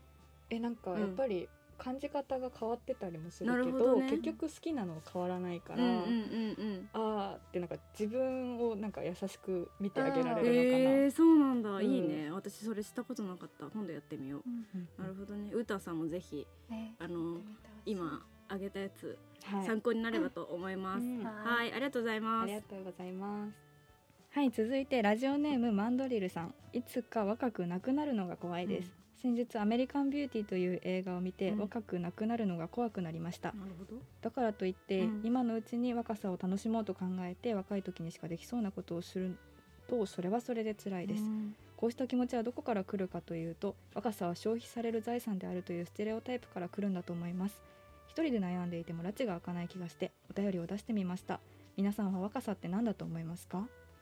Speaker 3: えなんか
Speaker 1: うん
Speaker 3: やっぱり感じ方が変わってたりもするけ
Speaker 1: なる
Speaker 3: ど
Speaker 1: ほどね
Speaker 3: 結局好きなのは変わらないか
Speaker 1: う
Speaker 3: ら、
Speaker 1: んうんうん
Speaker 3: あーってなんか自分をなんか優しく見てあげ
Speaker 1: うん
Speaker 3: られるのかな、
Speaker 1: えー、そうなんだ、
Speaker 3: ん
Speaker 1: いいね私それしたことなかった今度やってみよう、
Speaker 2: うん
Speaker 3: うん
Speaker 1: なるほどねうたさんもぜひ
Speaker 2: ね
Speaker 1: あ
Speaker 2: 見
Speaker 1: の
Speaker 2: てみてほしい
Speaker 1: 今あげたやつ、
Speaker 3: はい、
Speaker 1: 参考になればと思います、
Speaker 3: うん
Speaker 2: は
Speaker 1: はいいありがとうござい
Speaker 3: あ
Speaker 1: ます
Speaker 3: りがとうございますはい続いてラジオネームマンドリルさんいつか若くなくなるのが怖いです、先日アメリカンビューティーという映画を見て、
Speaker 1: うん
Speaker 3: 若くなくなるのが怖くなりました
Speaker 1: なるほど
Speaker 3: だからといって、
Speaker 1: うん
Speaker 3: 今のうちに若さを楽しもうと考えて若い時にしかできそうなことをするとそれはそれで辛いです、
Speaker 1: うん
Speaker 3: こうした気持ちはどこから来るかというと若さは消費される財産であるというステレオタイプから来るんだと思います一人で悩んでいても拉致が開かない気がしてお便りを出してみました皆さんは若さって何だと思いますか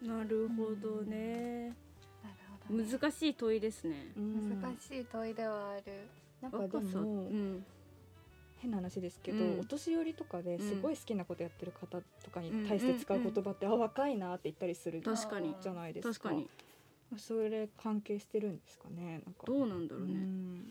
Speaker 1: なるほどね、
Speaker 2: なるほどね、
Speaker 1: 難しい問いですね、
Speaker 2: 難しい問いではある
Speaker 3: なんか
Speaker 1: 若
Speaker 3: で
Speaker 1: さう
Speaker 3: も
Speaker 1: ん
Speaker 3: 変な話ですけど、
Speaker 1: うん
Speaker 3: お年寄りとかですごい好きなことやってる方とかに対して使う言葉って、あ若いなって言ったりする
Speaker 1: 確かに
Speaker 3: じゃないです
Speaker 1: 確かに
Speaker 3: それ関係してるんですかねなんか
Speaker 1: どうなんだろう
Speaker 3: う
Speaker 1: ね、
Speaker 3: ん
Speaker 1: なん、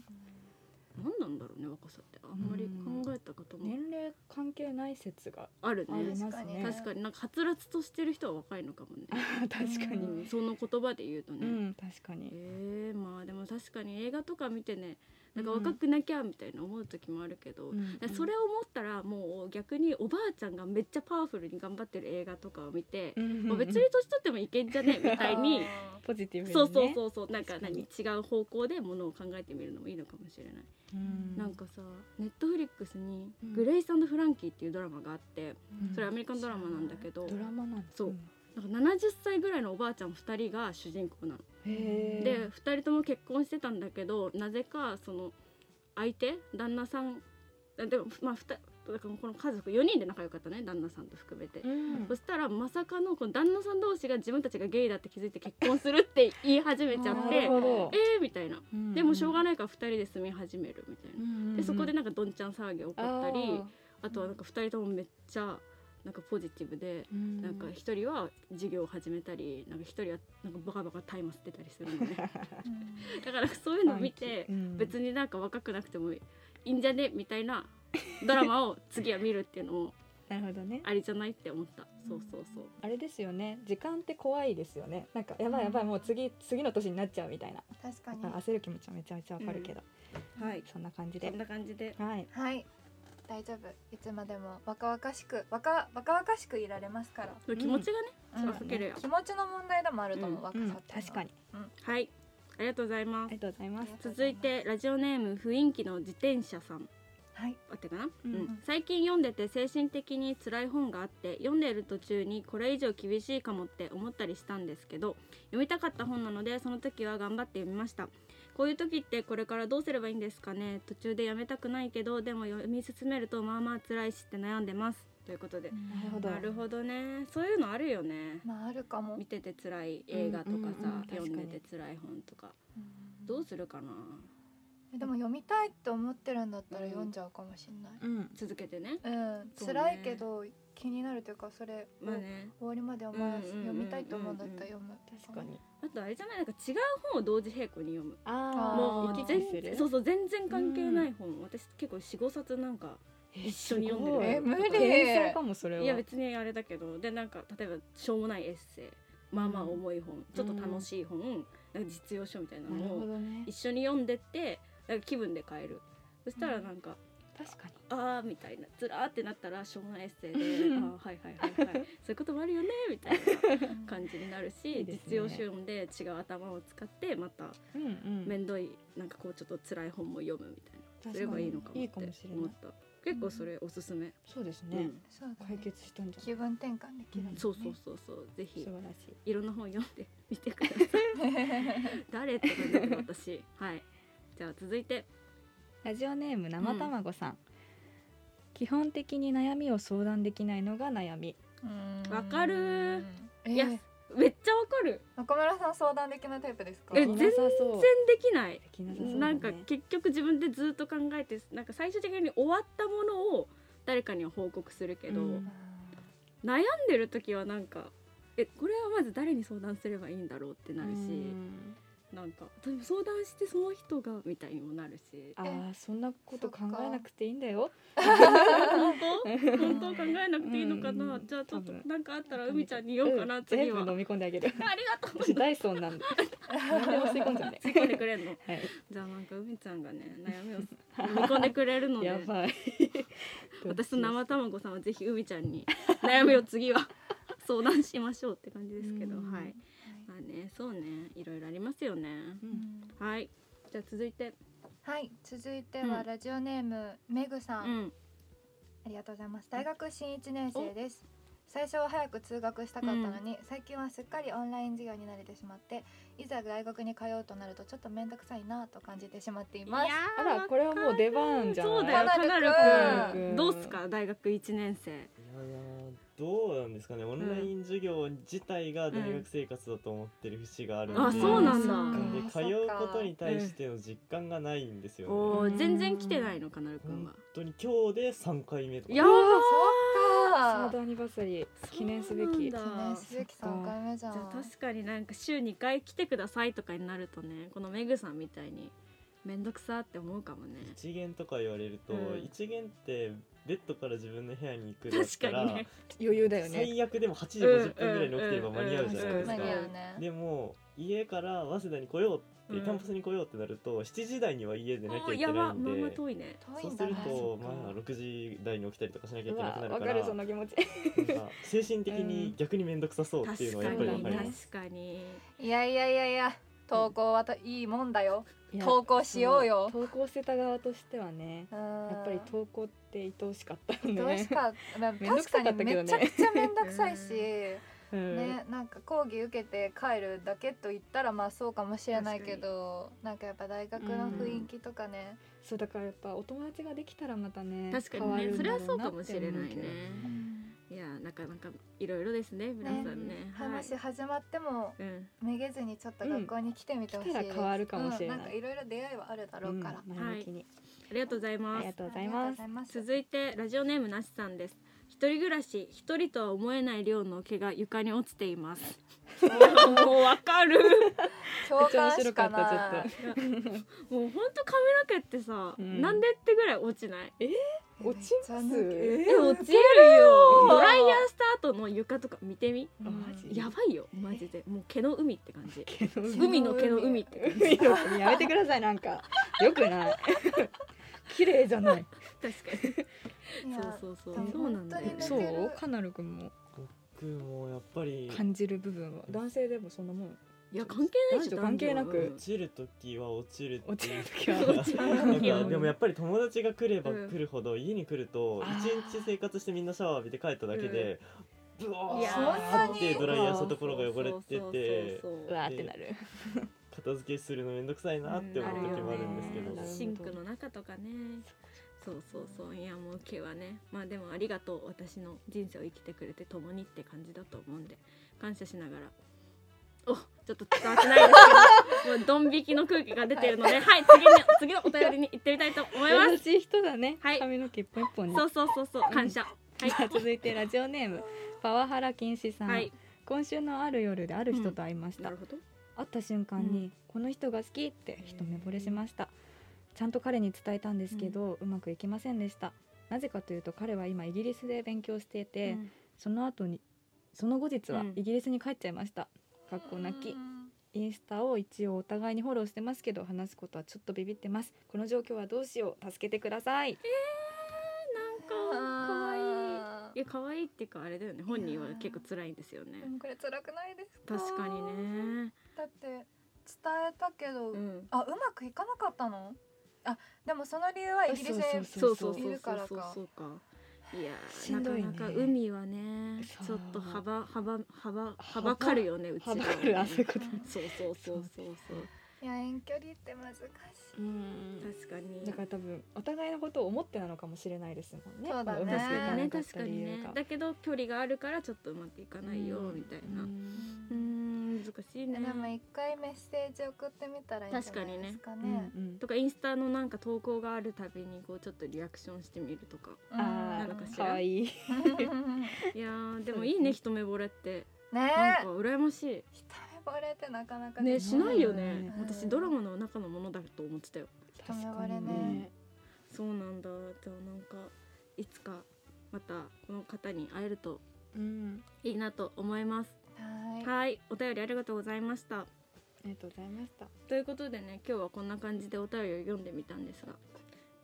Speaker 1: 何なんだろうね若さってあんまり考えたことも
Speaker 3: 年齢関係ない説 が
Speaker 1: あるね、
Speaker 3: ありますね
Speaker 2: 確かにね
Speaker 1: 確かになんかはつらつとしてる人は若いのかもね、
Speaker 3: 確か
Speaker 2: う
Speaker 3: に、
Speaker 2: ん
Speaker 1: うんその言葉で言うとね、
Speaker 3: うん、確かに
Speaker 1: えーまあでも確かに映画とか見てねなんか
Speaker 3: うん
Speaker 1: 若くなきゃみたいな思う時もあるけど、だからそれを思ったらもう逆におばあちゃんがめっちゃパワフルに頑張ってる映画とかを見て、まあ別に年取ってもいけんじゃねみ たいに、
Speaker 2: あ
Speaker 3: ポジティブに、ね、
Speaker 1: そうそうそうそうなんか
Speaker 3: 確か
Speaker 1: 何
Speaker 3: に
Speaker 1: 違う方向でものを考えてみるのもいいのかもしれない、
Speaker 3: うん
Speaker 1: なんかさネットフリックスに
Speaker 3: うん
Speaker 1: 「グレイスフランキー」っていうドラマがあって、
Speaker 3: うん
Speaker 1: それアメリカンドラマなんだけど、
Speaker 3: ドラマなんだ
Speaker 1: そうんなんか70歳ぐらいのおばあちゃん2人が主人公なの。
Speaker 3: へー
Speaker 1: で2人とも結婚してたんだけどなぜかその相手旦那さんあでもまあふただからこの家族4人で仲良かったね旦那さんと含めて、
Speaker 3: うん
Speaker 1: そしたらまさかのこの旦那さん同士が自分たちがゲイだって気づいて結婚するって言い始めちゃっ
Speaker 3: な
Speaker 1: て
Speaker 3: るほど
Speaker 1: えーみたいな
Speaker 3: うん
Speaker 1: でもしょうがないから2人で住み始めるみたいな、
Speaker 3: うん
Speaker 1: でそこでなんかどんちゃん騒ぎ起こったり
Speaker 3: あー
Speaker 1: あとはなんか2人ともめっちゃなんかポジティブで、
Speaker 3: な
Speaker 1: なんか一人は授業を始めたりなんか一人はなんかバカバカタイマ吸ってたりするのね だからそういうのを見て、別になんか若くなくてもいいんじゃねみたいなドラマを次は見るっていうのも
Speaker 3: なるほどね
Speaker 1: ありじゃないって思 ったそうそうそう
Speaker 3: あれですよね時間って怖いですよねなんかやばいやばいもう次次の年になっちゃうみたいな
Speaker 2: 確かに
Speaker 3: あ焦る気持ちはめちゃめちゃわかるけど、
Speaker 1: はい
Speaker 3: そんな感じ
Speaker 1: こ
Speaker 3: で
Speaker 1: んな感じで
Speaker 3: はい
Speaker 2: はい大丈夫いつまでも若々しく若若々しくいられますから、
Speaker 1: 気持ちがね、
Speaker 2: うん
Speaker 1: そうかけるよ
Speaker 2: 気持ちの問題でもあると思う、
Speaker 1: うん
Speaker 2: 若
Speaker 3: うん
Speaker 2: さっていうのは
Speaker 3: 確かに
Speaker 1: はいありがとうございま
Speaker 3: あ
Speaker 1: す
Speaker 3: りがとうございます
Speaker 1: 続いてラジオネーム雰囲気の自転車さん
Speaker 2: はい
Speaker 1: あってかな、
Speaker 3: うん
Speaker 1: うん最近読んでて精神的に辛い本があって読んでいる途中にこれ以上厳しいかもって思ったりしたんですけど読みたかった本なのでその時は頑張って読みましたこういう時ってこれからどうすればいいんですかね途中でやめたくないけどでも読み進めるとまあまあ辛いしって悩んでますということで
Speaker 3: なるほど
Speaker 1: なるほどねそういうのあるよね
Speaker 2: まああるかも
Speaker 1: 見、てて辛い映画とかさ、
Speaker 3: うんうんうん
Speaker 1: 読ん
Speaker 3: 確か
Speaker 1: で
Speaker 3: に
Speaker 1: て辛い本とか
Speaker 2: うん
Speaker 1: どうするかな
Speaker 2: えでも読みたいって思ってるんだったら
Speaker 1: うん
Speaker 2: 読んじゃうかもしんない
Speaker 3: うん
Speaker 1: 続けてね
Speaker 2: うん、
Speaker 1: そうね
Speaker 2: 辛いけど気になるというかそれを
Speaker 1: まあ
Speaker 2: 終
Speaker 1: ね
Speaker 2: わりまで思わず
Speaker 1: うんうんうんう
Speaker 2: 読
Speaker 1: ん
Speaker 2: みたいと思うんだったら読む
Speaker 3: 確かに
Speaker 1: あとあれじゃないなんか違う本を同時並行に読む
Speaker 3: あー
Speaker 1: もう
Speaker 3: 行き
Speaker 1: 全
Speaker 3: 来する
Speaker 1: そうそう全然関係ない本、私結構45冊なんか
Speaker 3: え
Speaker 1: 一緒に読んでる
Speaker 2: え無理
Speaker 3: 天才かもそれはい
Speaker 1: や別にあれだけどでなんか例えばしょうもないエッセイまあまあ重い本、ちょっと楽しい本、なんか実用書みたいな
Speaker 3: なる
Speaker 1: の
Speaker 3: ほ
Speaker 1: を
Speaker 3: どね
Speaker 1: 一緒に読んでってなんか気分で変えるそしたらなんか、
Speaker 3: 確かに
Speaker 1: あーみたいなずらーってなったらしょうもないエッ セイであーはいはいはいはいそういうこともあるよねみたいな
Speaker 2: うん
Speaker 1: 感じになるし
Speaker 3: いいですね
Speaker 1: 実用書読んで違う頭を使ってまた
Speaker 3: うんうん
Speaker 1: 面倒いなんかこうちょっと辛い本も読むみたいな。すればいいのかも
Speaker 3: い
Speaker 1: っ
Speaker 3: いかも
Speaker 1: て
Speaker 3: しれな
Speaker 1: 思っ
Speaker 3: い
Speaker 1: た結構それおすすめ、
Speaker 3: そうです
Speaker 1: う
Speaker 3: ね
Speaker 1: ん
Speaker 2: そうだね
Speaker 3: 解決したんじゃない
Speaker 2: 気分転換できる、ね
Speaker 1: そうそうそうそうぜひ
Speaker 3: 素晴らしい
Speaker 1: いろんな本読ん でみてください誰とか出てる 私はいじゃあ続いて
Speaker 3: ラジオネーム生卵さん、基本的に悩みを相談できないのが悩み
Speaker 2: うん
Speaker 1: わかる
Speaker 2: えー
Speaker 1: いやめっちゃわかる
Speaker 2: 中村さん相談できないタイプですか
Speaker 1: え
Speaker 3: できなさそ
Speaker 1: 全然
Speaker 3: う
Speaker 1: できない
Speaker 3: できなさそうだね
Speaker 1: なんか結局自分でずっと考えてなんか最終的に終わったものを誰かには報告するけど、
Speaker 3: うん
Speaker 1: 悩んでる時はなんかえこれはまず誰に相談すればいいんだろうってなるし、
Speaker 3: うん
Speaker 1: なんかでも相談してその人がみたいにもなるし
Speaker 3: ああそんなこと考えなくていいんだよ
Speaker 1: 本当本当考えなくていいのかな、
Speaker 3: うん
Speaker 1: じゃあちょっと
Speaker 3: 多分
Speaker 1: なんかあったら海ちゃんに言おうかな、次は、
Speaker 3: 全部飲み込んであげる
Speaker 1: ありがとう
Speaker 3: 私ダイソンなんで何でも吸い込んじゃうね
Speaker 1: 吸い込んでくれるの
Speaker 3: はい
Speaker 1: じゃあなんか海ちゃんがね悩みを飲み込んでくれるので
Speaker 3: やば い
Speaker 1: 私と生卵さんはぜひ海ちゃんに悩みを次は 相談しましょうって感じですけど、
Speaker 3: うん
Speaker 1: はいまあねそうねいろいろありますよね
Speaker 3: うん
Speaker 1: はいじゃあ続いて
Speaker 2: はい続いて
Speaker 1: う
Speaker 2: は
Speaker 1: ん
Speaker 2: ラジオネームめぐさ、
Speaker 1: うんん
Speaker 2: ありがとうございます大学新1年生です最初は早く通学したかったのに、最近はすっかりオンライン授業に慣れてしまっていざ大学に通うとなるとちょっと面倒くさいなと感じてしまっています
Speaker 1: ー
Speaker 3: あらこれはもう出番じゃない
Speaker 1: そうだよ
Speaker 2: カナ
Speaker 1: カ
Speaker 2: ル
Speaker 1: ナ
Speaker 2: 君
Speaker 1: ル君
Speaker 3: うん
Speaker 1: どうっすか大学一年生
Speaker 4: いやいやどうなんですかねオンライン授業自体が大学生活だと思ってる節がある
Speaker 1: あ
Speaker 4: んで、
Speaker 1: そうなんだ
Speaker 4: で
Speaker 2: うん
Speaker 4: 通うことに対しての実感がないんですよね、
Speaker 1: お
Speaker 4: 本
Speaker 1: ー全然来てないのかなるくんは
Speaker 4: 当に今日で3回目とか
Speaker 1: やば
Speaker 2: う
Speaker 1: ー
Speaker 2: わそ
Speaker 3: サ
Speaker 2: っ
Speaker 3: ー
Speaker 2: か
Speaker 3: ドアニバーサリー記念すべき
Speaker 1: そう
Speaker 2: 記
Speaker 1: なんだ
Speaker 2: 念すべき3回目じゃん
Speaker 1: じゃあ確かになんか週2回来てくださいとかになるとねこのメグさんみたいに面倒くさって思うかもね
Speaker 4: 一元とか言われると、
Speaker 1: うん
Speaker 4: 一元ってベッドから自分の部屋に行くだったら、
Speaker 1: 確かにね
Speaker 3: 余裕だよね
Speaker 4: 最悪でも8時50分ぐらいに起きてれば
Speaker 1: うん
Speaker 4: 間に合うじゃないで
Speaker 3: 確か
Speaker 4: すか、
Speaker 2: 間
Speaker 3: に
Speaker 2: に合うね
Speaker 4: でも家から早稲田に来ようって、
Speaker 1: うん
Speaker 4: キャンパスに来ようってなると7時台には家でなき
Speaker 1: お
Speaker 4: ゃ
Speaker 1: ー
Speaker 4: いけ
Speaker 1: やば
Speaker 4: ないん
Speaker 1: まあまあ
Speaker 4: で。
Speaker 1: 遠いね
Speaker 2: 遠い
Speaker 4: そ
Speaker 2: う
Speaker 4: す
Speaker 2: んだ
Speaker 4: る
Speaker 2: ね
Speaker 4: と
Speaker 3: あそっか
Speaker 4: まあ6時台に起きたりとかしなきゃいうけな
Speaker 3: わ
Speaker 4: くなる
Speaker 3: わ
Speaker 4: か
Speaker 3: からるその気持ち
Speaker 4: なんか精神的に逆に面倒くさそうっていう
Speaker 1: 確
Speaker 4: のは
Speaker 1: か
Speaker 4: やっぱり
Speaker 1: に
Speaker 4: わかります
Speaker 1: 確かに
Speaker 2: いやいやいやいや投稿はといいもんだよ
Speaker 3: いや
Speaker 2: 投稿しようよ
Speaker 3: 投稿してた側としてはね
Speaker 2: や
Speaker 3: やっぱり投稿って愛おしかったよね
Speaker 2: どうしか、まあ、
Speaker 3: めんどく
Speaker 2: 確
Speaker 3: さ
Speaker 2: かに
Speaker 3: かったけどね
Speaker 2: めちゃくちゃ面倒くさいし、
Speaker 3: うん
Speaker 2: ね、なんか講義受けて帰るだけと言ったらまあそうかもしれないけどなんかやっぱ大学の雰囲気とかね、
Speaker 3: そうだからやっぱお友達ができたらまたね
Speaker 1: 確か
Speaker 3: 変わ
Speaker 1: に
Speaker 3: る
Speaker 1: ねそ
Speaker 3: んだ
Speaker 1: れは
Speaker 3: ろ
Speaker 1: そう
Speaker 3: な
Speaker 1: か
Speaker 3: って思
Speaker 1: も
Speaker 3: う
Speaker 1: し
Speaker 3: け
Speaker 1: れ
Speaker 3: ど
Speaker 1: ないねいやなかなかいろいろですね皆さんねはい
Speaker 2: もし始まっても
Speaker 1: うん
Speaker 2: めげずにちょっと学校に来てみてほしい、
Speaker 3: うん来たら変わるかもしれない
Speaker 2: うんんかいろいろ出会いはあるだろうから、
Speaker 3: うん前向きに、
Speaker 1: ありがとうござい
Speaker 3: あ
Speaker 1: ま
Speaker 3: りが
Speaker 1: す
Speaker 3: とうございます
Speaker 2: ありがとうございます
Speaker 1: 続いてラジオネームなしさんです一人暮らし一人とは思えない量の毛が床に落ちていますもうわかる
Speaker 2: 共感しか
Speaker 3: めっちゃ面白かった
Speaker 2: な
Speaker 3: ちょ
Speaker 2: い
Speaker 3: っ
Speaker 1: もうほんと髪の毛ってさ、
Speaker 3: うん
Speaker 1: なんでってぐらい落ちない
Speaker 3: と落ちま
Speaker 2: めっゃ
Speaker 3: す
Speaker 2: 抜け
Speaker 3: え
Speaker 1: え落ちるよドライヤーした後の床とか見てみ
Speaker 3: あマジ
Speaker 1: やばいよマジでもう毛の海って感じ
Speaker 3: けど
Speaker 1: 海の毛の海って感
Speaker 3: 海の海やめてくださいなんかよくない 綺麗じゃない
Speaker 1: じ確か
Speaker 2: い
Speaker 1: に
Speaker 2: や
Speaker 1: そうそう
Speaker 2: で
Speaker 1: そう
Speaker 2: も
Speaker 1: そうなんだよ
Speaker 2: 本当にね
Speaker 1: そ
Speaker 3: そううカナル君も
Speaker 4: 僕もやっぱり
Speaker 3: 感じる部分は男性でもそんなもん
Speaker 1: いや関係ないでしょ
Speaker 3: 男女関係な
Speaker 1: 男女
Speaker 3: く
Speaker 4: 落ちる時は落ちるっていう
Speaker 3: 落ちる時は
Speaker 1: 落ちる
Speaker 4: なん
Speaker 1: 時は
Speaker 4: かでもやっぱり友達が来れば
Speaker 1: うん
Speaker 4: 来るほど家に来ると
Speaker 3: あー
Speaker 4: 一日生活してみんなシャワー浴びて帰っただけでブワ
Speaker 1: いや
Speaker 4: ーって
Speaker 2: そんなに
Speaker 4: ドライヤーしたところが汚れて
Speaker 1: そう
Speaker 4: て
Speaker 1: そうそう
Speaker 3: うわーってなる
Speaker 4: 片付けするのめんどくさいなって思う時もあるんですけ
Speaker 3: うんあるよ
Speaker 4: ど
Speaker 3: ね
Speaker 1: シンクの中とかねそうそうそういやもう毛はねまあでもありがとう私の人生を生きてくれて共にって感じだと思うんで感謝しながらおちょっと伝わってないですけどもうドン引きの空気が出てるのではい次の次のお便りに行ってみたいと思いま
Speaker 3: 優
Speaker 1: す
Speaker 3: しい人だね、
Speaker 1: はい
Speaker 3: 髪の毛一本一本ね
Speaker 1: そうそうそうそう感謝はい
Speaker 3: じゃあ続いてラジオネームパワハラ禁止さん、
Speaker 1: はい
Speaker 3: 今週のある夜である人と会いました、
Speaker 1: なるほど
Speaker 3: 会った瞬間
Speaker 1: う
Speaker 3: に、この人が好きって一目惚れしましたちゃんと彼に伝えたんですけど、うまくいきませんでしたなぜかというと彼は今イギリスで勉強していて、その後にその後日は
Speaker 1: うん
Speaker 3: イギリスに帰っちゃいました、かっこ泣きインスタを一応お互いにフォローしてますけど話すことはちょっとビビってますこの状況はどうしよう助けてください
Speaker 1: なんか可愛い
Speaker 2: あー
Speaker 1: いや可愛いっていうかあれだよね本人は結構辛いんですよね
Speaker 2: でもこれ辛くないですか
Speaker 1: 確かにね
Speaker 2: だって伝えたけど、
Speaker 1: うん
Speaker 2: あうまくいかなかったのあでもその理由はイギリスへ
Speaker 1: そうそうそう
Speaker 2: い
Speaker 1: そう
Speaker 2: るから
Speaker 1: そう
Speaker 2: か
Speaker 1: そうか。いや
Speaker 3: しんどい
Speaker 1: ー
Speaker 3: ね
Speaker 1: なかなか海はねち
Speaker 3: そ
Speaker 1: ょ
Speaker 3: う
Speaker 1: っと幅幅幅幅かるよねうち
Speaker 3: は
Speaker 1: ら
Speaker 3: ばかるあそういうこと
Speaker 1: そうそうそうそうそう
Speaker 2: いや遠距離って難しい
Speaker 1: 確かに
Speaker 3: だから多分お互いのことを思ってなのかもしれないですもんね
Speaker 2: そうだね
Speaker 3: まあうまくいかな
Speaker 1: ね
Speaker 3: かっ
Speaker 1: 確
Speaker 3: た
Speaker 1: か
Speaker 3: 理
Speaker 1: に
Speaker 3: 由
Speaker 1: ね
Speaker 3: が
Speaker 1: だけど距離があるからちょっとうまくいかないよみたいな
Speaker 3: うん
Speaker 1: うーん難しいね
Speaker 2: でも一回メッセージ送ってみたらいいんじゃないですかね
Speaker 3: うんうん
Speaker 1: とかインスタのなんか投稿があるたびにこうちょっとリアクションしてみるとか
Speaker 2: うん
Speaker 1: な
Speaker 3: あ
Speaker 1: んか
Speaker 3: ー
Speaker 1: し
Speaker 3: からわいい
Speaker 1: いやーでもいいね一目惚れって
Speaker 2: ね
Speaker 1: なんか羨ましい
Speaker 2: 一目惚れってなかなか
Speaker 1: ね
Speaker 2: ね
Speaker 1: しないよ
Speaker 3: ないよ
Speaker 1: ね
Speaker 3: ね
Speaker 1: 私ドラマの中のものだと思ってたよ
Speaker 2: 一目惚れね
Speaker 1: そうなんだじゃあなんかいつかまたこの方に会えると
Speaker 3: うん
Speaker 1: いいなと思います
Speaker 2: はい
Speaker 1: はいお便りありがとうございました
Speaker 3: ありがとうございました
Speaker 1: ということでね今日はこんな感じでお便りを読んでみたんですが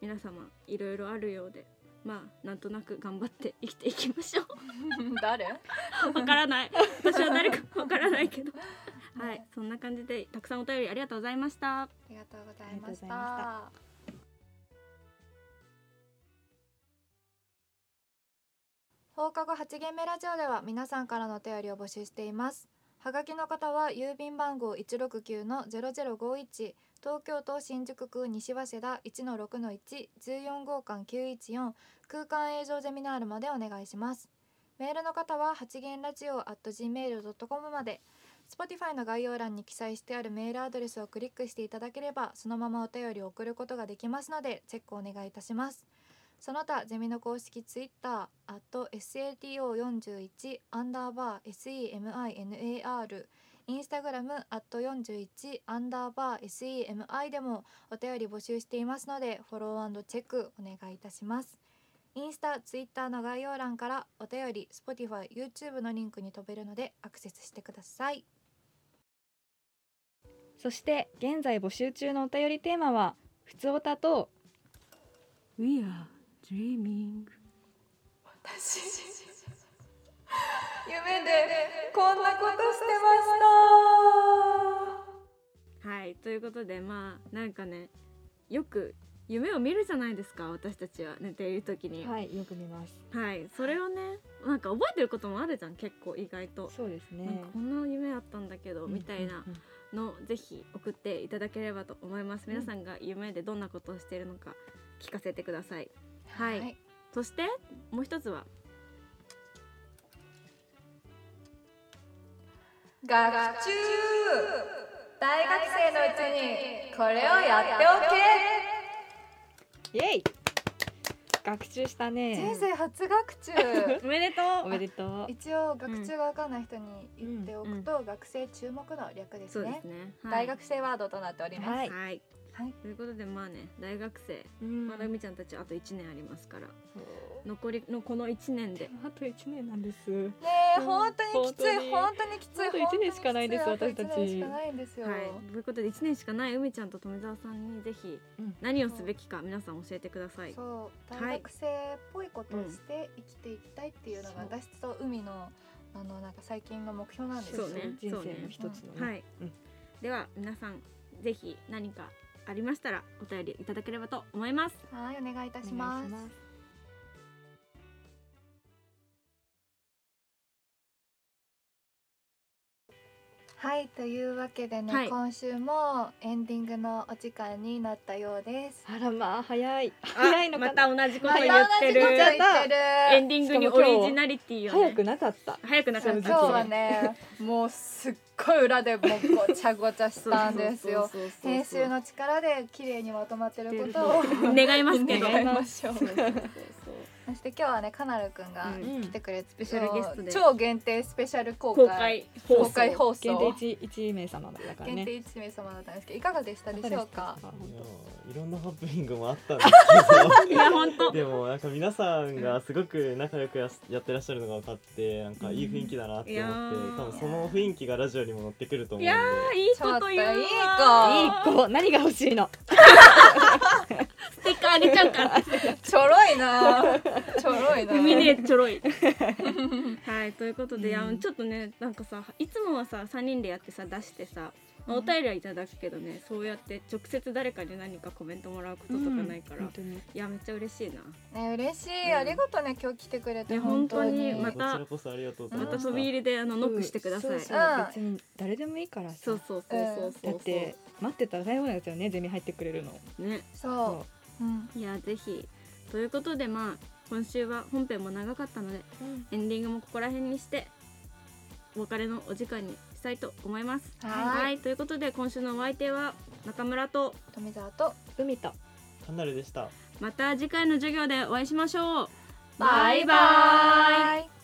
Speaker 1: 皆様いろいろあるようでまあなんとなく頑張って生きていきましょ
Speaker 2: 誰
Speaker 1: うわからない私は誰かわからないけどはいそんな感じでたくさんお便りありがとうございました
Speaker 2: ありがとうございまし
Speaker 3: ありがとうございま
Speaker 2: た放課後8限目ラジオでは皆さんからのお便りを募集していますはがきの方は郵便番号169の0051東京都新宿区西早稲田1の6の114号館914空間映像ゼミナールまでお願いしますメールの方は8限ラジオ at gmail.com まで Spotify の概要欄に記載してあるメールアドレスをクリックしていただければそのままお便りを送ることができますのでチェックお願いいたしますその他ゼミの公式 Twitter アット SATO41 アンダーバー SEMINAR インスタグラムアット41アンダーバー SEMI でもお便り募集していますのでフォローチェックお願いいたしますインスタ、ツイッターの概要欄からお便り、Spotify、YouTube のリンクに飛べるのでアクセスしてください。
Speaker 3: そして現在募集中のお便りテーマは「ふつおた」と
Speaker 1: We are dreaming
Speaker 2: 夢でこんなことしてまし
Speaker 1: はいということでまあなんかねよく夢を見るじゃないですか私たちは寝ている時にはい、
Speaker 3: はいよく見ます
Speaker 1: それをねなんか覚えてることもあるじゃん結構意外と、
Speaker 3: そうです
Speaker 1: なんかこんな夢あったんだけど、みたいな
Speaker 3: うんうん
Speaker 1: のぜひ送っていただければと思います皆さんが夢でどんなことをしているのか聞かせてください
Speaker 2: た
Speaker 1: はい、そしてもう一つは
Speaker 2: 学中大学生のうち にこれをやっておけ
Speaker 3: うんイエイ学習したね
Speaker 2: 人生初学中
Speaker 1: おめでと
Speaker 3: お
Speaker 1: う
Speaker 3: めでとう
Speaker 2: 一応学中が分かんない人に言っておくと、学生注目の略です
Speaker 1: そうで
Speaker 2: ね
Speaker 1: すね、
Speaker 2: 大学生ワードとなっております、
Speaker 3: は
Speaker 1: はい、
Speaker 3: い
Speaker 2: はい
Speaker 1: ということでまあね大学生
Speaker 3: うん
Speaker 1: まだみちゃんたちあと1年ありますから
Speaker 3: そう
Speaker 1: 残りのこの1年で
Speaker 3: でもあと一年なんです
Speaker 2: ねえ、
Speaker 3: うん
Speaker 2: 本当にきつい
Speaker 3: 本
Speaker 2: 本当にきつい
Speaker 3: あと一年しかないです
Speaker 2: 本当にきつい
Speaker 3: 私たち
Speaker 2: あと一年しかないんですよ、
Speaker 1: はい、ということで1年しかない梅ちゃんと富澤さんにぜひ
Speaker 3: うん
Speaker 1: 何をすべきか皆さん教えてください。
Speaker 2: そう
Speaker 1: はい
Speaker 2: 大学生っぽいことをして生きていきたいっていうのが
Speaker 3: そう
Speaker 2: 私と海のあのなんか最近の目標なんです
Speaker 1: そ
Speaker 2: よ
Speaker 1: うね
Speaker 3: 人
Speaker 1: そう
Speaker 3: 生
Speaker 1: ね
Speaker 3: の一つのね
Speaker 1: はい、
Speaker 3: うん
Speaker 1: では皆さんぜひ何かありましたらお便りいただければと思います。
Speaker 2: はいお願いいたし
Speaker 3: お願
Speaker 2: ま
Speaker 3: い
Speaker 2: す
Speaker 3: します
Speaker 2: はいというわけでね、
Speaker 1: はい
Speaker 2: 今週もエンディングのお時間になったようです
Speaker 3: あらまあ早い早いの
Speaker 1: ま
Speaker 3: か
Speaker 1: た
Speaker 3: な
Speaker 1: 同じこ
Speaker 2: ま
Speaker 1: と
Speaker 2: た同
Speaker 1: 言
Speaker 2: じ
Speaker 1: って
Speaker 2: こと
Speaker 1: る。
Speaker 2: 言っ
Speaker 3: ま
Speaker 2: てる
Speaker 1: エンディングにオリジナリティを、ね、
Speaker 3: 早くなかった
Speaker 1: 早くな
Speaker 2: そ
Speaker 1: か
Speaker 2: う
Speaker 1: っ
Speaker 2: 今
Speaker 1: た
Speaker 2: 日はねもうすっごい裏でもうごちゃごちゃしたんですよ
Speaker 1: そうそうそうそう
Speaker 2: 編集の力で綺麗にまとまってることを
Speaker 1: 願いますけど。
Speaker 2: 願いましょう
Speaker 1: そうそうそうそう
Speaker 2: そして今日はねカナルくんが
Speaker 1: うん
Speaker 2: 来てくれて、ス
Speaker 1: ペシャルゲストで
Speaker 2: 超限定スペシャル公開
Speaker 1: 公開
Speaker 2: 公
Speaker 1: 放送
Speaker 2: 開放送
Speaker 3: 限定一一名様だから
Speaker 2: 限
Speaker 3: ね
Speaker 2: 定一名様だったんですけどいかがでしたでしょうか
Speaker 3: 本
Speaker 4: いや
Speaker 3: 当
Speaker 4: ーいろんなハプニングもあったん で
Speaker 1: いや本
Speaker 4: す
Speaker 1: 当
Speaker 4: けどでもなんか皆さんがすごく仲良くやすやってらっしゃるのが分かってなんかいい雰囲気だなって思って、
Speaker 1: うん
Speaker 4: 多分その雰囲気がラジオにも乗ってくると思うん
Speaker 1: いや
Speaker 4: で
Speaker 1: いいこと言うわ
Speaker 2: ちょっといいか
Speaker 1: いい
Speaker 3: こう何が欲しいの
Speaker 1: ステッカーあげちゃうから
Speaker 2: ちょろいなちょろい な
Speaker 1: 海ねちょろい はいということで、いや
Speaker 3: うん
Speaker 1: ちょっとねなんかさいつもはさ3人でやってさ出してさまあ
Speaker 2: う
Speaker 1: お
Speaker 2: ん
Speaker 1: 便りはいただくけどね、そうやって直接誰かに何かコメントもらうこととかないから、
Speaker 3: 本当に
Speaker 1: いやめっちゃ嬉しいな、
Speaker 2: ね嬉しい、
Speaker 1: うん
Speaker 2: ありがとうね今日来てくれて、
Speaker 1: ね
Speaker 2: 本当に
Speaker 1: 本当にま
Speaker 4: こちらこそありがとうござい
Speaker 1: ま
Speaker 4: ました
Speaker 1: た飛び入りであのノックしてください、
Speaker 3: そう
Speaker 1: そ
Speaker 3: そう
Speaker 2: うん
Speaker 3: 別に誰でもいいからさ
Speaker 1: うそうそうそう
Speaker 3: だ
Speaker 1: そう
Speaker 3: っ
Speaker 1: そう
Speaker 3: て待ってたら最後なんですよねゼミ入ってくれるの
Speaker 1: ね
Speaker 2: そううん
Speaker 1: いやぜひということでまあ今週は本編も長かったのでエンディングもここら辺にしてお別れのお時間にしたいと思います。
Speaker 2: はーい
Speaker 1: ということで今週のお相手は中村と
Speaker 2: 富澤と
Speaker 3: 海と
Speaker 4: カナルでした
Speaker 1: また次回の授業でお会いしましょう
Speaker 2: バイバイ